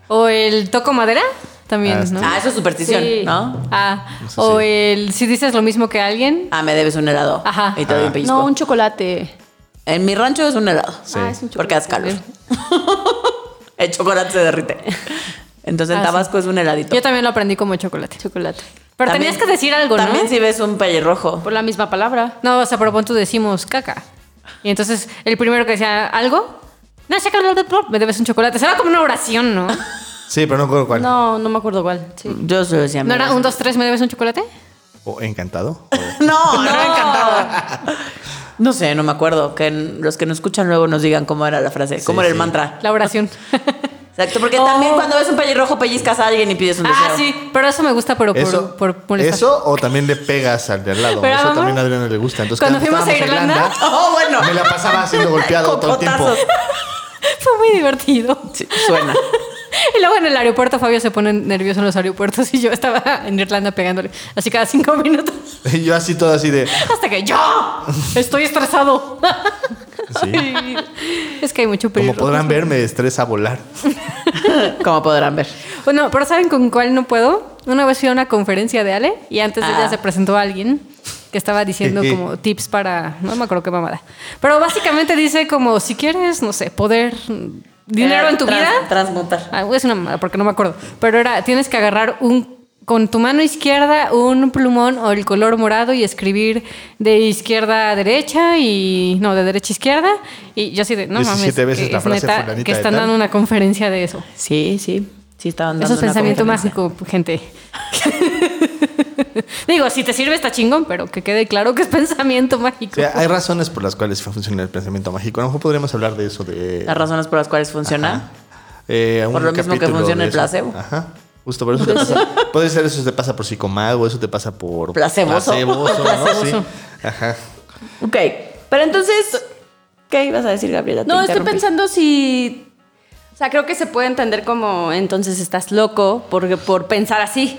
Speaker 3: O el toco madera también,
Speaker 2: Ah,
Speaker 3: ¿no?
Speaker 4: Ah, eso es superstición,
Speaker 3: Sí.
Speaker 4: ¿no?
Speaker 3: Ah,
Speaker 2: Eso
Speaker 3: o
Speaker 2: sí.
Speaker 3: el si dices lo mismo que alguien.
Speaker 4: Ah, me debes un helado.
Speaker 3: Ajá.
Speaker 4: Y te doy un pellizco.
Speaker 1: No, un chocolate.
Speaker 4: En mi rancho es un helado.
Speaker 1: Ah, es un chocolate.
Speaker 4: Porque hace calor. El chocolate se derrite. Entonces en
Speaker 3: Ah, sí.
Speaker 4: Tabasco es un heladito.
Speaker 3: Yo también lo aprendí como chocolate.
Speaker 1: Chocolate.
Speaker 3: Pero
Speaker 4: También-
Speaker 3: tenías que decir algo, ¿no?
Speaker 4: También si ves un pelirrojo.
Speaker 1: Por la misma palabra.
Speaker 3: No, o sea, pero pon tú decimos caca. Y entonces el primero que decía algo, no sé qué hablar de me debes un chocolate. Será como una oración, ¿no?
Speaker 2: Sí, pero no recuerdo cuál.
Speaker 1: No, no me acuerdo cuál. Sí.
Speaker 4: Yo se lo decía. a mi
Speaker 3: ¿No era
Speaker 4: hermano.
Speaker 3: un, dos, tres, me debes un chocolate?
Speaker 2: O encantado.
Speaker 4: No, no, me encantaba. No sé, no me acuerdo. Que n- los que nos escuchan luego nos digan cómo era la frase, cómo era el
Speaker 2: sí.
Speaker 4: mantra.
Speaker 3: La oración.
Speaker 4: Exacto, porque también cuando ves un pelirrojo pellizcas a alguien y pides un deseo.
Speaker 3: Oh. ah, sí, pero eso me gusta, pero por,
Speaker 2: Eso,
Speaker 3: por molestar.
Speaker 2: eso o también le pegas al de al lado.
Speaker 3: Pero,
Speaker 2: eso
Speaker 3: mamá,
Speaker 2: también a Adriana le gusta. Entonces,
Speaker 3: cuando
Speaker 2: cada vez
Speaker 3: fuimos a
Speaker 2: que estábamos en
Speaker 3: Irlanda-
Speaker 4: Oh, bueno.
Speaker 2: me la pasaba siendo golpeado todo el tiempo.
Speaker 4: Cocotazos.
Speaker 3: Fue muy divertido.
Speaker 4: Sí, suena.
Speaker 3: Y luego en el aeropuerto Fabio se pone nervioso en los aeropuertos y yo estaba en Irlanda pegándole. Así cada cinco minutos.
Speaker 2: Y yo así todo así de.
Speaker 3: Hasta que yo estoy estresado.
Speaker 2: Sí.
Speaker 3: Es que hay mucho
Speaker 2: Como
Speaker 3: peligro.
Speaker 2: podrán ver, me estresa volar.
Speaker 4: Como podrán ver.
Speaker 3: Bueno, pero ¿saben con cuál no puedo? Una vez fui a una conferencia de Ale y antes de
Speaker 4: Ah.
Speaker 3: ella se presentó alguien que estaba diciendo como tips para... No me acuerdo qué mamada. Pero básicamente dice como si quieres, no sé, poder... mm, Dinero
Speaker 4: Era
Speaker 3: en tu
Speaker 4: Eh, trans-
Speaker 3: vida.
Speaker 4: Transmutar.
Speaker 3: Ah, es una mamada porque no me acuerdo. Pero era, tienes que agarrar un con tu mano izquierda un plumón o el color morado y escribir de izquierda a derecha y no, de derecha a izquierda. Y yo así de, no mames,
Speaker 2: 17 veces
Speaker 3: que,
Speaker 2: la
Speaker 3: es
Speaker 2: frase
Speaker 3: neta
Speaker 2: fulanita
Speaker 3: que
Speaker 2: de
Speaker 3: están
Speaker 2: tal.
Speaker 3: dando una conferencia de eso.
Speaker 4: Sí, sí. Sí, estaban dando
Speaker 3: Eso es
Speaker 4: una
Speaker 3: pensamiento
Speaker 4: conferencia.
Speaker 3: mágico, gente. Digo, si te sirve está chingón, pero que quede claro que es pensamiento mágico.
Speaker 2: O sea, hay razones por las cuales funciona el pensamiento mágico. A lo mejor podríamos hablar de eso de.
Speaker 4: Las razones por las cuales funciona.
Speaker 2: Eh, un
Speaker 4: Por lo mismo que
Speaker 2: capítulo
Speaker 4: funciona
Speaker 2: de
Speaker 4: el
Speaker 2: eso.
Speaker 4: placebo.
Speaker 2: Ajá. Justo por eso te pasa. Puede ser eso te pasa por psicomago, eso te pasa por
Speaker 4: Placeboso.
Speaker 2: placeboso, ¿no? Sí. Ajá.
Speaker 4: Ok, pero entonces, ¿qué ibas a decir, Gabriela? Te
Speaker 1: No, estoy
Speaker 4: interrumpí.
Speaker 1: pensando si. O sea, creo que se puede entender como entonces estás loco por, por pensar así.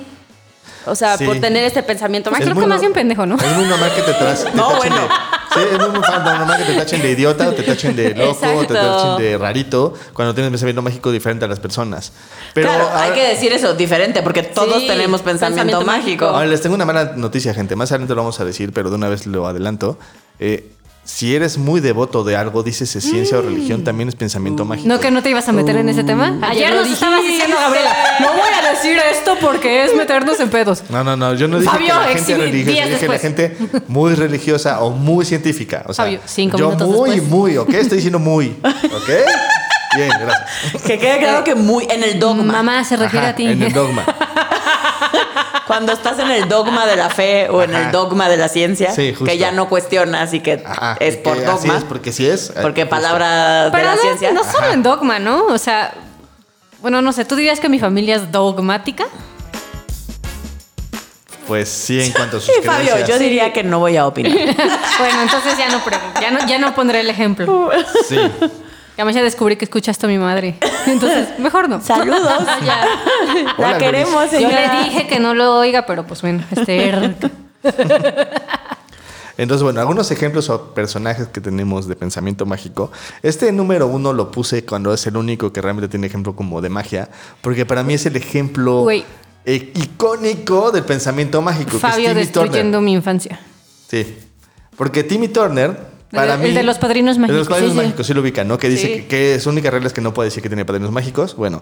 Speaker 1: O sea,
Speaker 2: Sí.
Speaker 1: por tener este pensamiento
Speaker 2: Es
Speaker 1: mágico.
Speaker 3: creo
Speaker 2: muy
Speaker 3: que más
Speaker 2: no-
Speaker 3: bien pendejo, ¿no?
Speaker 2: Es muy normal que te, tras- te
Speaker 4: No,
Speaker 2: tachen
Speaker 4: bueno.
Speaker 2: de... Sí, es muy normal, normal que te tachen de idiota, o te tachen de loco, o te
Speaker 1: Exacto.
Speaker 2: tachen de rarito, cuando tienes pensamiento mágico diferente a las personas. Pero
Speaker 4: claro,
Speaker 2: ahora-
Speaker 4: hay que decir eso diferente, porque todos
Speaker 1: Sí,
Speaker 4: tenemos pensamiento,
Speaker 1: pensamiento
Speaker 4: mágico.
Speaker 1: mágico.
Speaker 2: Ahora les tengo una mala noticia, gente. Más adelante lo vamos a decir, pero de una vez lo adelanto. Eh, si eres muy devoto de algo, dices es ciencia o religión, también es pensamiento mágico.
Speaker 3: Mm. No, que no te ibas a meter en
Speaker 2: Uh.
Speaker 3: ese tema. Ayer
Speaker 1: lo
Speaker 3: nos estabas
Speaker 1: dijiste.
Speaker 3: diciendo, Gabriela, no voy a decir esto porque es meternos en pedos.
Speaker 2: No, no, no, yo no dije
Speaker 3: Fabio,
Speaker 2: que la gente
Speaker 3: exhibí
Speaker 2: religiosa, yo
Speaker 3: días
Speaker 2: dije la gente muy religiosa o muy científica. O sea,
Speaker 3: Fabio, cinco
Speaker 2: yo
Speaker 3: minutos
Speaker 2: muy,
Speaker 3: después.
Speaker 2: muy, ¿ok? Estoy diciendo muy, ¿ok? Bien, gracias.
Speaker 4: Que quede claro que muy en el dogma.
Speaker 3: Mamá se refiere
Speaker 2: Ajá,
Speaker 3: a ti.
Speaker 2: En el dogma.
Speaker 4: Cuando estás en el dogma de la fe o en
Speaker 2: Ajá.
Speaker 4: el dogma de la ciencia,
Speaker 2: Sí, justo.
Speaker 4: que ya no cuestionas y que
Speaker 2: Ajá,
Speaker 4: es
Speaker 2: y que
Speaker 4: por
Speaker 2: Así
Speaker 4: dogma,
Speaker 2: es, porque sí es. pues,
Speaker 4: porque
Speaker 2: Justo.
Speaker 4: palabra de
Speaker 3: Pero
Speaker 4: la
Speaker 3: no,
Speaker 4: ciencia.
Speaker 3: no solo en dogma, ¿no? O sea, bueno, no sé, ¿tú dirías que mi familia es dogmática?
Speaker 2: Pues sí, en cuanto a sus
Speaker 4: Sí, Fabio,
Speaker 2: creencias.
Speaker 4: yo diría que no voy a opinar.
Speaker 3: bueno, entonces ya no, pregun- ya no ya no pondré el ejemplo.
Speaker 2: Sí.
Speaker 3: Además ya descubrí que escucha esto mi madre. Entonces, mejor no.
Speaker 4: Saludos.
Speaker 3: Ya.
Speaker 2: Hola,
Speaker 4: La queremos,
Speaker 2: Loris.
Speaker 3: Yo
Speaker 4: señora.
Speaker 3: le dije que no lo oiga, pero pues bueno, este
Speaker 2: Entonces, bueno, algunos ejemplos o personajes que tenemos de pensamiento mágico. Este número uno lo puse cuando es el único que realmente tiene ejemplo como de magia, porque para mí es el ejemplo
Speaker 3: Güey.
Speaker 2: eh, icónico del pensamiento mágico. que es
Speaker 3: Fabio
Speaker 2: Timmy
Speaker 3: destruyendo
Speaker 2: Turner.
Speaker 3: mi infancia.
Speaker 2: Sí, porque Timmy Turner. Para
Speaker 3: El-
Speaker 2: mí,
Speaker 3: el de los padrinos
Speaker 2: el de los
Speaker 3: mágicos,
Speaker 2: padrinos
Speaker 3: sí, sí.
Speaker 2: mágicos, sí lo ubica, ¿no? Que dice
Speaker 3: Sí.
Speaker 2: que, que su única regla es que no puede decir que tiene padrinos mágicos. Bueno,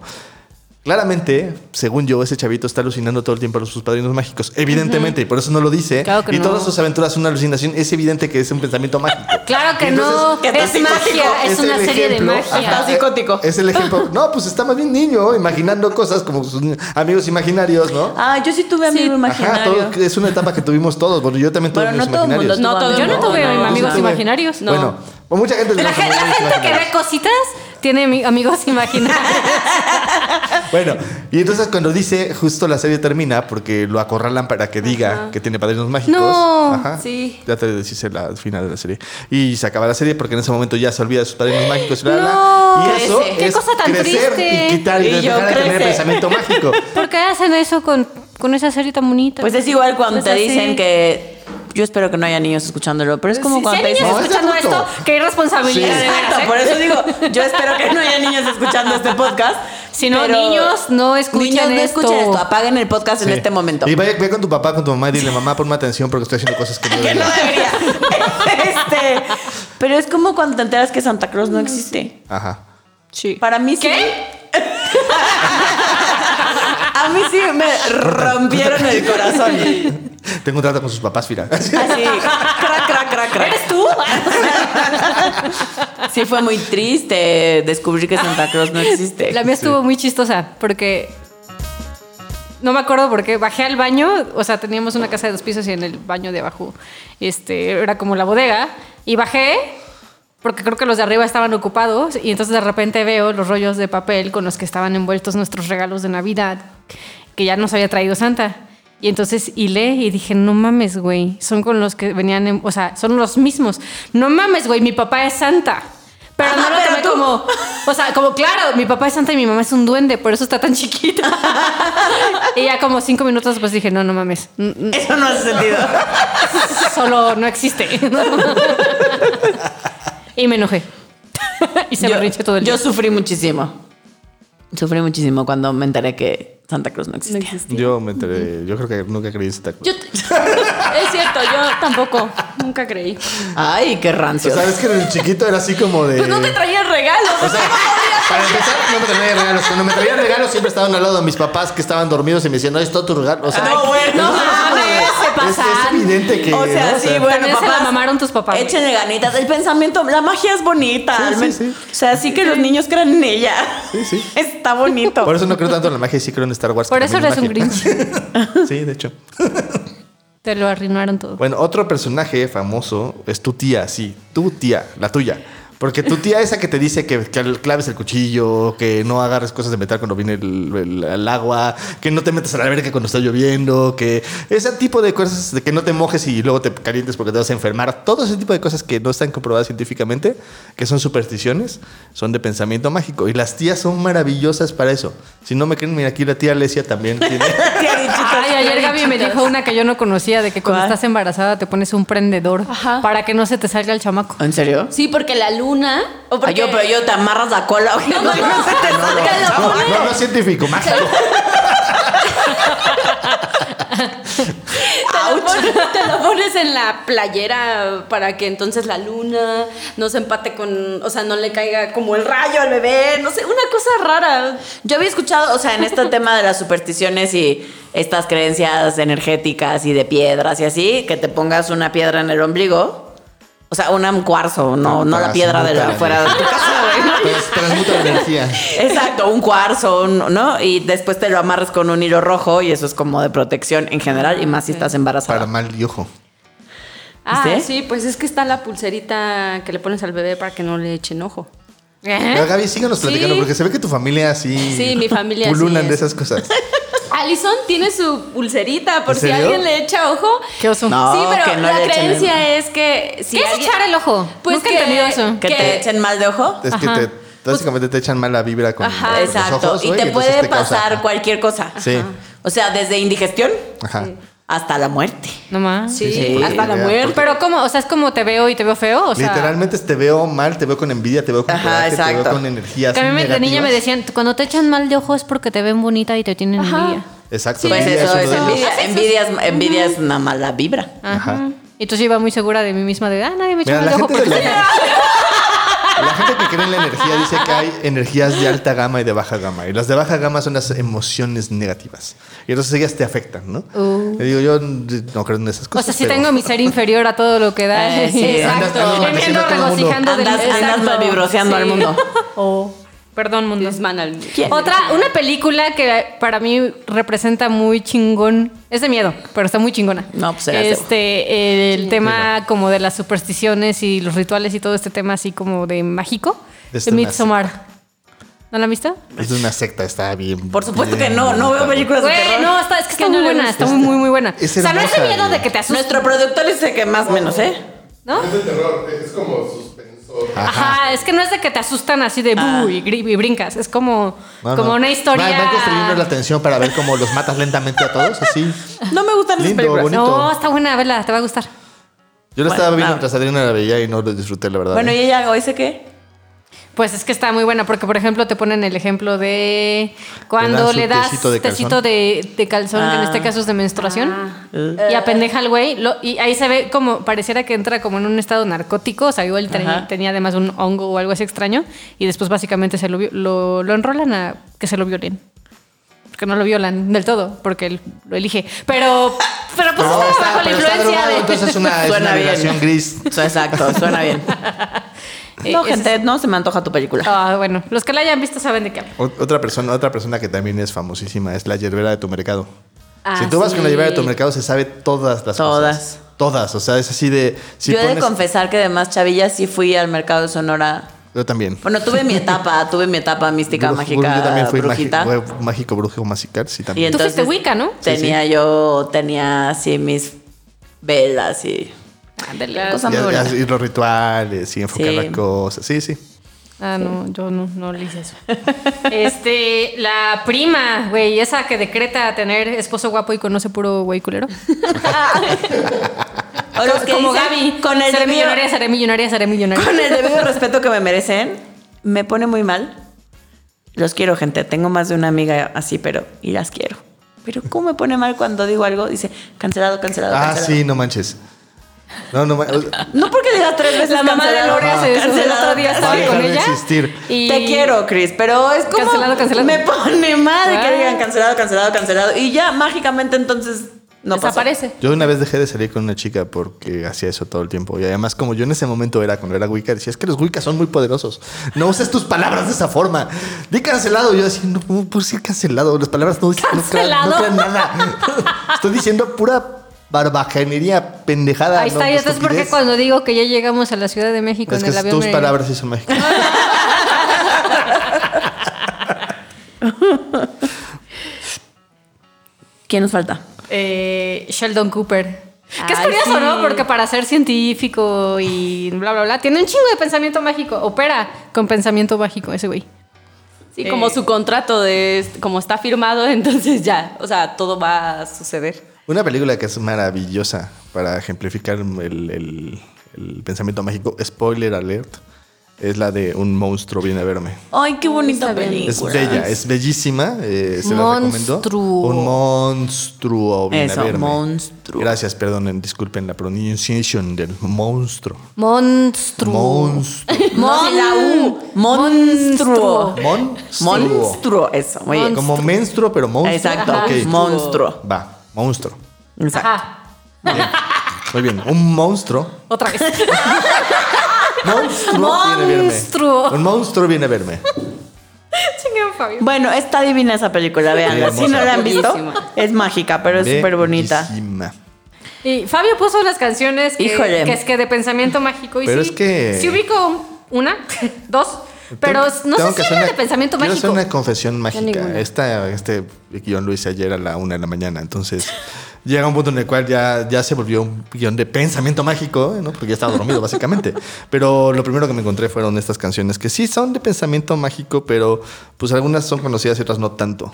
Speaker 2: claramente, según yo, ese chavito está alucinando todo el tiempo a sus padrinos mágicos. Evidentemente, y por eso no lo dice.
Speaker 3: Claro que
Speaker 2: y
Speaker 3: no.
Speaker 2: todas sus aventuras son una alucinación. Es evidente que es un pensamiento mágico.
Speaker 3: Claro que
Speaker 2: Entonces,
Speaker 3: no,
Speaker 4: ¿qué tal
Speaker 3: es
Speaker 4: si
Speaker 3: magia,
Speaker 4: contigo?
Speaker 3: es, una
Speaker 2: el
Speaker 3: serie
Speaker 2: ejemplo, Ah,
Speaker 3: de magia.
Speaker 2: ajá,
Speaker 4: Está psicótico.
Speaker 2: Es el ejemplo. No, pues está más bien niño, imaginando cosas como sus ni- amigos imaginarios, ¿no?
Speaker 4: Ah, yo sí tuve amigo
Speaker 2: Ajá,
Speaker 4: imaginario.
Speaker 2: todo- es una etapa que tuvimos todos. Bueno, yo también tuve
Speaker 4: Bueno,
Speaker 2: amigos
Speaker 4: no todo el mundo
Speaker 2: imaginarios.
Speaker 1: No, todo
Speaker 3: Yo no tuve
Speaker 1: no,
Speaker 3: amigos
Speaker 1: no tuve.
Speaker 3: imaginarios. No.
Speaker 2: Bueno, pues mucha gente
Speaker 3: la,
Speaker 2: tenemos
Speaker 3: gen- la
Speaker 2: amigos
Speaker 3: gente que ve
Speaker 2: imaginarios.
Speaker 3: cositas tiene mi- amigos imaginarios.
Speaker 2: Bueno, y entonces cuando dice, justo la serie termina porque lo acorralan para que diga que tiene padrinos mágicos.
Speaker 3: No,
Speaker 1: sí.
Speaker 2: Ya te decís la final de la serie. Y se acaba la serie porque en ese momento ya se olvida de sus padrinos mágicos. bla, bla.
Speaker 3: No,
Speaker 2: y eso
Speaker 3: crece. Qué
Speaker 2: es
Speaker 3: cosa tan
Speaker 2: crecer
Speaker 3: triste.
Speaker 2: y quitar y,
Speaker 4: Y yo
Speaker 2: dejar de tener
Speaker 4: crece.
Speaker 2: pensamiento mágico.
Speaker 3: ¿Por qué hacen eso con, con esa serie tan bonita?
Speaker 4: Pues es igual cuando
Speaker 3: Es
Speaker 4: te
Speaker 3: así. Pues
Speaker 4: dicen que. Yo espero que no haya niños escuchándolo, pero es como
Speaker 3: Sí, si
Speaker 4: cuando
Speaker 3: hay
Speaker 4: te dicen.
Speaker 3: niños
Speaker 2: No, es
Speaker 3: escuchando
Speaker 2: adulto.
Speaker 3: esto, qué irresponsabilidad.
Speaker 2: Sí.
Speaker 3: de veras,
Speaker 4: Exacto,
Speaker 3: ¿eh?
Speaker 4: por eso digo, yo espero que no haya niños escuchando este podcast.
Speaker 3: Si no,
Speaker 4: pero-
Speaker 3: niños, no escuchen
Speaker 4: Niños, no
Speaker 3: esto.
Speaker 4: escuchen esto. Apaguen el podcast en
Speaker 2: Sí.
Speaker 4: este momento.
Speaker 2: Y ve, ve con tu papá, con tu mamá y dile, mamá, ponme atención porque estoy haciendo cosas que no
Speaker 4: que
Speaker 2: debería.
Speaker 4: no debería. este, pero es como cuando te enteras que Santa Claus no existe.
Speaker 2: Ajá.
Speaker 4: Para mí sí.
Speaker 3: Mm, ¿Qué?
Speaker 4: A mí sí me rompieron el corazón.
Speaker 2: Tengo un trato con sus papás, Fira.
Speaker 4: Así, crack, crack, crack, crack.
Speaker 3: ¿Eres tú?
Speaker 4: Sí fue muy triste descubrir que Santa Claus no existe.
Speaker 3: La mía estuvo muy chistosa porque no me acuerdo por qué. Bajé al baño, o sea, teníamos una casa de dos pisos y en el baño de abajo este, era como la bodega. Y bajé porque creo que los de arriba estaban ocupados y entonces de repente veo los rollos de papel con los que estaban envueltos nuestros regalos de Navidad que ya nos había traído Santa. Y entonces hilé y dije, no mames, güey, son con los que venían, en- o sea, son los mismos. No mames, güey, mi papá es Santa. Pero no
Speaker 4: Ah,
Speaker 3: lo
Speaker 4: pero
Speaker 3: tomé
Speaker 4: tú-
Speaker 3: como, o sea, como claro, mi papá es Santa y mi mamá es un duende, por eso está tan chiquita. y ya como cinco minutos después dije, no, no mames, n- n-
Speaker 4: Eso no hace sentido.
Speaker 3: solo no existe. y me enojé. y se me rinché todo el
Speaker 4: yo
Speaker 3: día.
Speaker 4: sufrí muchísimo. Sufrí muchísimo cuando me enteré que Santa Cruz no existía.
Speaker 2: Yo me enteré, yo creo que nunca creí en Santa Claus.
Speaker 1: Yo t- es cierto, yo tampoco. Nunca creí.
Speaker 4: Ay, qué rancio.
Speaker 2: O sea, es que el chiquito era así como de...
Speaker 1: Pues no
Speaker 3: Eh,
Speaker 1: te traía regalos.
Speaker 2: O sea, para empezar, no me traía regalos. Cuando me traían regalos, siempre estaban al lado de mis papás que estaban dormidos y me decían, no, es todo tu regalo. O sea,
Speaker 4: No, bueno,
Speaker 2: no,
Speaker 4: no
Speaker 3: mames, se
Speaker 2: es, es
Speaker 3: pasan.
Speaker 2: evidente que.
Speaker 4: O sea,
Speaker 2: ¿no?
Speaker 4: sí, bueno,
Speaker 3: También se la
Speaker 4: papás,
Speaker 3: mamaron tus papás, güey.
Speaker 4: Échenle ganitas. El pensamiento, la magia es bonita.
Speaker 2: Sí,
Speaker 4: al
Speaker 2: sí,
Speaker 4: men-
Speaker 2: sí.
Speaker 4: O sea, sí que los niños crean en ella.
Speaker 2: Sí, sí.
Speaker 4: Está bonito.
Speaker 2: Por eso no creo tanto en la magia y sí creo en Star Wars. que
Speaker 3: Por eso
Speaker 2: también
Speaker 3: eres
Speaker 2: es
Speaker 3: un
Speaker 2: magia.
Speaker 3: Grinch.
Speaker 2: Sí, de hecho.
Speaker 3: Te lo arruinaron todo.
Speaker 2: Bueno, otro personaje famoso es tu tía, sí, tu tía, la tuya. Porque tu tía esa que te dice que, que claves el cuchillo, que no agarres cosas de metal cuando viene el, el- el agua, que no te metas a la verga cuando está lloviendo, que ese tipo de cosas de que no te mojes y luego te calientes porque te vas a enfermar, todo ese tipo de cosas que no están comprobadas científicamente, que son supersticiones, son de pensamiento mágico. Y las tías son maravillosas para eso. Si no me creen, mira, aquí la tía Alesia también tiene...
Speaker 3: Ay, ayer Gaby me dijo una que yo no conocía de que cuando
Speaker 4: ¿Cuál?
Speaker 3: estás embarazada te pones un prendedor
Speaker 1: Ajá.
Speaker 3: para que no se te salga el chamaco.
Speaker 4: ¿En serio?
Speaker 1: Sí, porque la luna. O porque,
Speaker 4: Ay, Ah, yo, pero yo te amarras la cola. güey.
Speaker 1: No, no, no.
Speaker 4: te
Speaker 1: Te lo
Speaker 2: No,
Speaker 1: pones.
Speaker 2: no, no es científico, mágico.
Speaker 1: Te lo, pones, te lo pones en la playera para que entonces la luna no se empate con, o sea, no le caiga como el rayo al bebé, no sé, una cosa rara.
Speaker 4: Yo había escuchado, o sea, en este tema de las supersticiones y estas creencias energéticas y de piedras y así, que te pongas una piedra en el ombligo. O sea, una- un cuarzo, no, no la piedra de la, fuera de tu casa, güey.
Speaker 2: Trans- Transmuta la energía.
Speaker 4: Exacto, un cuarzo, un- ¿no? Y después te lo amarras con un hilo rojo y eso es como de protección en general y más si estás embarazada.
Speaker 2: Para mal de ojo.
Speaker 1: Ah,
Speaker 4: ¿Viste?
Speaker 1: sí, pues es que está la pulserita que le pones al bebé para que no le echen ojo.
Speaker 3: ¿Eh?
Speaker 2: Pero Gaby, síganos platicando,
Speaker 1: Sí.
Speaker 2: porque se ve que tu familia así.
Speaker 1: Sí, mi familia
Speaker 2: Pululan
Speaker 1: así
Speaker 2: de
Speaker 1: es.
Speaker 2: esas cosas.
Speaker 1: Alison tiene su pulserita por
Speaker 2: ¿En
Speaker 1: si
Speaker 2: serio?
Speaker 1: alguien le echa ojo.
Speaker 3: Qué oso.
Speaker 4: No,
Speaker 1: sí, pero
Speaker 4: que no
Speaker 1: la
Speaker 4: le echen
Speaker 1: creencia es que si
Speaker 3: ¿Qué es
Speaker 1: alguien-
Speaker 3: echar el ojo?
Speaker 1: Pues
Speaker 3: Nunca
Speaker 1: que-
Speaker 3: he entendido eso.
Speaker 4: ¿Que
Speaker 1: ¿Qué?
Speaker 4: te echen mal de ojo?
Speaker 2: Es que te, básicamente te echan mala vibra con
Speaker 1: Ajá,
Speaker 2: los
Speaker 4: Exacto.
Speaker 2: ojos,
Speaker 4: y
Speaker 2: güey,
Speaker 4: te
Speaker 2: entonces
Speaker 4: puede
Speaker 2: causa-
Speaker 4: pasar cualquier cosa.
Speaker 2: Sí.
Speaker 4: O sea, desde indigestión
Speaker 2: Ajá.
Speaker 4: hasta la muerte.
Speaker 3: No más.
Speaker 1: Sí,
Speaker 4: Sí,
Speaker 1: hasta la
Speaker 2: vea,
Speaker 1: muerte.
Speaker 3: Pero cómo, o sea, es como te veo y te veo feo, o sea,
Speaker 2: Literalmente te veo mal, te veo con envidia, te veo con
Speaker 4: Ajá,
Speaker 2: coraje, te veo
Speaker 4: exacto.
Speaker 2: con energías.
Speaker 3: que a mí me- de niña me
Speaker 2: negativas.
Speaker 3: decían, cuando te echan mal de ojo es porque te ven bonita y te tienen envidia.
Speaker 2: Exacto,
Speaker 1: Sí,
Speaker 4: Pues
Speaker 2: envidia
Speaker 4: eso
Speaker 2: uno
Speaker 4: es
Speaker 2: de los-
Speaker 4: envidia. Envidia es, envidia es una mala vibra.
Speaker 3: Ajá.
Speaker 2: Ajá.
Speaker 3: Y entonces yo iba muy segura de mí misma de, ah, nadie me echó
Speaker 2: Mira,
Speaker 3: mal
Speaker 2: la
Speaker 3: de ojo
Speaker 2: gente, de
Speaker 3: porque
Speaker 2: la,
Speaker 3: te-
Speaker 2: la gente que cree en la energía dice que hay energías de alta gama y de baja gama. Y las de baja gama son las emociones negativas. Y entonces ellas te afectan, ¿no?
Speaker 3: Uh.
Speaker 2: Le digo, yo no creo en esas
Speaker 3: O
Speaker 2: cosas.
Speaker 3: sea, sí
Speaker 2: pero-
Speaker 3: tengo mi ser inferior a todo lo que da.
Speaker 4: Eh, sí.
Speaker 2: Andas- andas
Speaker 3: Y me
Speaker 2: maldiciendo
Speaker 3: ando
Speaker 2: a todo el mundo.
Speaker 3: regocijando del-
Speaker 4: Andas, andas
Speaker 3: Exacto.
Speaker 4: malvibroseando al
Speaker 3: Sí.
Speaker 4: mundo.
Speaker 3: Oh, perdón, mundo.
Speaker 1: Desmana al-
Speaker 3: Otra, una película que para mí representa muy chingón. Es de miedo, pero está muy chingona.
Speaker 4: No, pues, era de-
Speaker 3: Este, el tema como de las supersticiones y los rituales y todo este tema así como de mágico.
Speaker 2: Es
Speaker 3: De
Speaker 2: una-
Speaker 3: Midsommar. ¿No la han visto?
Speaker 2: Es de una secta, está bien.
Speaker 4: Por supuesto
Speaker 2: bien
Speaker 4: que no, no
Speaker 2: bonita,
Speaker 4: veo
Speaker 2: güey.
Speaker 4: películas de
Speaker 3: Güey,
Speaker 4: terror.
Speaker 3: no, está, es que está
Speaker 1: no
Speaker 3: muy
Speaker 1: la
Speaker 3: buena,
Speaker 1: he
Speaker 3: está muy, muy, muy buena.
Speaker 2: Es
Speaker 3: o sea, no es de
Speaker 2: hermosa,
Speaker 3: miedo de
Speaker 2: güey.
Speaker 3: que te asustes,
Speaker 4: Nuestro productor es el que más menos, ¿eh?
Speaker 3: ¿no?
Speaker 6: Es de terror, es como suspenso.
Speaker 3: Ajá. es que no es de que te asustan así de "Bu", y, gri- y brincas. Es como,
Speaker 2: No,
Speaker 3: como
Speaker 2: no.
Speaker 3: una historia.
Speaker 2: Van, van construyendo la atención para ver cómo los matas lentamente a todos, así.
Speaker 4: No me gustan las
Speaker 2: Lindo,
Speaker 4: películas.
Speaker 2: bonito.
Speaker 3: no, está buena, vela, te va a gustar.
Speaker 2: Yo lo estaba
Speaker 4: Bueno,
Speaker 2: viendo
Speaker 4: ah.
Speaker 2: mientras Adriana la veía y no lo disfruté, la verdad.
Speaker 4: Bueno, ¿y
Speaker 2: ¿eh?
Speaker 4: ella hoy sé qué?
Speaker 3: Pues es que está muy buena, porque por ejemplo te ponen el ejemplo de cuando
Speaker 2: Le
Speaker 3: le
Speaker 2: dan
Speaker 3: das
Speaker 2: su tecito de
Speaker 3: tecito de, de calzón, que en
Speaker 4: Ah.
Speaker 3: este caso es de menstruación, y apendeja al güey, lo- y ahí se ve como, pareciera que entra como en un estado narcótico, o sea, igual tre-
Speaker 4: Ajá.
Speaker 3: tenía además un hongo o algo así extraño, y después básicamente se lo, vi- lo, lo enrolan a que se lo violen. Porque no lo violan del todo, porque él lo elige. Pero, pero pues
Speaker 2: No,
Speaker 3: estaba
Speaker 2: está-
Speaker 3: bajo la
Speaker 2: pero está
Speaker 3: influencia
Speaker 2: drogado,
Speaker 3: de...
Speaker 2: entonces es una, es una vibración gris.
Speaker 4: Su- Exacto, suena bien.
Speaker 3: Eh,
Speaker 4: No,
Speaker 3: ese es-
Speaker 4: gente, no se me antoja tu película.
Speaker 3: Ah, bueno, los que la hayan visto saben de qué hablo.
Speaker 2: Ot- Otra persona, otra persona que también es famosísima es la yerbera de tu mercado.
Speaker 1: Ah,
Speaker 2: si tú vas con la yerbera de tu
Speaker 1: sí.
Speaker 2: mercado, se sabe todas las
Speaker 4: Todas.
Speaker 2: cosas. Todas. O sea, es así de. Si
Speaker 4: Yo he de
Speaker 2: pones-
Speaker 4: confesar que además, Chavilla, sí fui al mercado de Sonora.
Speaker 2: Yo también.
Speaker 4: Bueno, tuve mi etapa, tuve mi etapa mística,
Speaker 2: Brujo-
Speaker 4: mágica,
Speaker 2: Yo también fui
Speaker 4: brujita.
Speaker 2: mágico, fue mágico, brujo, masicar. Sí,
Speaker 4: Y
Speaker 2: también.
Speaker 3: Tú
Speaker 4: entonces
Speaker 3: fuiste Wicca, ¿no?
Speaker 4: Tenía yo, tenía así mis velas y Ah,
Speaker 3: Ándale.
Speaker 4: cosa
Speaker 2: Y,
Speaker 4: muy bonita.
Speaker 2: y- y los rituales y enfocar
Speaker 4: Sí.
Speaker 2: las cosas. Sí, sí.
Speaker 3: Ah, no, yo no, no le hice eso. Este, la prima, güey, esa que decreta tener esposo guapo y conoce puro güey culero.
Speaker 4: O los que
Speaker 3: Ah, Como
Speaker 4: dicen,
Speaker 3: Gaby.
Speaker 4: con el
Speaker 3: seré
Speaker 4: debido,
Speaker 3: millonaria, seré millonaria, seré millonaria.
Speaker 4: con el debido respeto que me merecen, me pone muy mal. Los quiero, gente. Tengo más de una amiga así, pero y las quiero. Pero cómo me pone mal cuando digo algo, dice cancelado, cancelado,
Speaker 2: Ah,
Speaker 4: cancelado.
Speaker 2: sí, no manches. No, no manches.
Speaker 4: No porque digas tres veces
Speaker 3: La mamá de
Speaker 4: cancelado,
Speaker 3: Lore hace eso el
Speaker 4: cancelado,
Speaker 3: otro día,
Speaker 4: cancelado.
Speaker 3: estaba
Speaker 2: Deja
Speaker 3: con
Speaker 2: de
Speaker 3: ella.
Speaker 2: existir.
Speaker 3: y-
Speaker 4: Te quiero, Chris, pero es como
Speaker 3: Cancelado, cancelado.
Speaker 4: me pone mal que
Speaker 3: Ah.
Speaker 4: digan cancelado, cancelado, cancelado y ya mágicamente entonces no pasó.
Speaker 3: desaparece.
Speaker 2: Yo una vez dejé de salir con una chica porque hacía eso todo el tiempo. Y además, como yo en ese momento era, cuando era Wicca, decía, es que los Wiccas son muy poderosos. No uses tus palabras de esa forma. Di cancelado. Y Yo decía, no, ¿cómo puedo decir cancelado? Las palabras no, no crean- no
Speaker 3: ¿Cancelado?
Speaker 2: crean nada. Estoy diciendo pura barbajanería pendejada.
Speaker 3: Ahí
Speaker 2: Ah, no,
Speaker 3: está, y entonces
Speaker 2: estupidez.
Speaker 3: porque cuando digo que ya llegamos a la Ciudad de México
Speaker 2: Es
Speaker 3: en el
Speaker 2: que
Speaker 3: avión.
Speaker 2: tus
Speaker 3: me-
Speaker 2: palabras sí son mexicanas.
Speaker 4: ¿Quién nos falta?
Speaker 3: Eh, Sheldon Cooper. Que es
Speaker 4: Ay,
Speaker 3: curioso,
Speaker 4: Ah, sí.
Speaker 3: ¿no? Porque para ser científico y bla, bla, bla, tiene un chingo de pensamiento mágico. Opera con pensamiento mágico ese güey.
Speaker 1: Sí, como su contrato de como está firmado, entonces ya, o sea, todo va a suceder.
Speaker 2: Una película que es maravillosa para ejemplificar el, el- el pensamiento mágico, spoiler alert, es la de Un monstruo viene a verme.
Speaker 4: Ay, qué bonita
Speaker 3: está bien.
Speaker 4: película.
Speaker 2: Es bella, es bellísima. eh, se la recomiendo.
Speaker 3: Monstruo.
Speaker 2: Un monstruo viene
Speaker 4: Eso,
Speaker 2: a verme.
Speaker 4: monstruo.
Speaker 2: Gracias, perdonen, disculpen la pronunciación del monstruo.
Speaker 3: Monstruo.
Speaker 2: Monstruo.
Speaker 4: No, sin la U. Monstruo.
Speaker 2: Monstruo.
Speaker 4: Monstruo, eso, muy bien.
Speaker 2: Como menstruo, pero monstruo.
Speaker 4: Exacto,
Speaker 2: Ok,
Speaker 4: monstruo.
Speaker 2: Va, monstruo.
Speaker 4: Exacto.
Speaker 3: Ajá,
Speaker 2: Muy bien, un monstruo.
Speaker 3: otra vez.
Speaker 2: Monstruo viene a verme.
Speaker 3: Monstruo.
Speaker 2: Un monstruo viene a verme.
Speaker 3: Chingado, Fabio.
Speaker 4: Bueno, está divina esa película, veanla.
Speaker 2: Sí,
Speaker 4: Si no la han visto,
Speaker 1: Bellísima.
Speaker 4: es mágica, pero es súper bonita.
Speaker 2: Bellísima.
Speaker 3: Y Fabio puso las canciones que,
Speaker 4: Híjole.
Speaker 3: que es que de pensamiento mágico. Y
Speaker 2: Pero
Speaker 3: sí,
Speaker 2: es que-
Speaker 3: sí ubico una, dos, pero
Speaker 2: Tengo-
Speaker 3: no
Speaker 2: tengo
Speaker 3: sé
Speaker 2: que
Speaker 3: si
Speaker 2: hacer
Speaker 3: era de
Speaker 2: una-
Speaker 3: pensamiento
Speaker 2: quiero
Speaker 3: mágico.
Speaker 2: hacer una confesión mágica.
Speaker 3: ninguna.
Speaker 2: Esta, este guión lo hice ayer a la una de la mañana. Entonces, llega un punto en el cual ya, ya se volvió un guión de pensamiento mágico, ¿no? Porque ya estaba dormido, básicamente. Pero lo primero que me encontré fueron estas canciones que sí son de pensamiento mágico, pero pues algunas son conocidas y otras no tanto.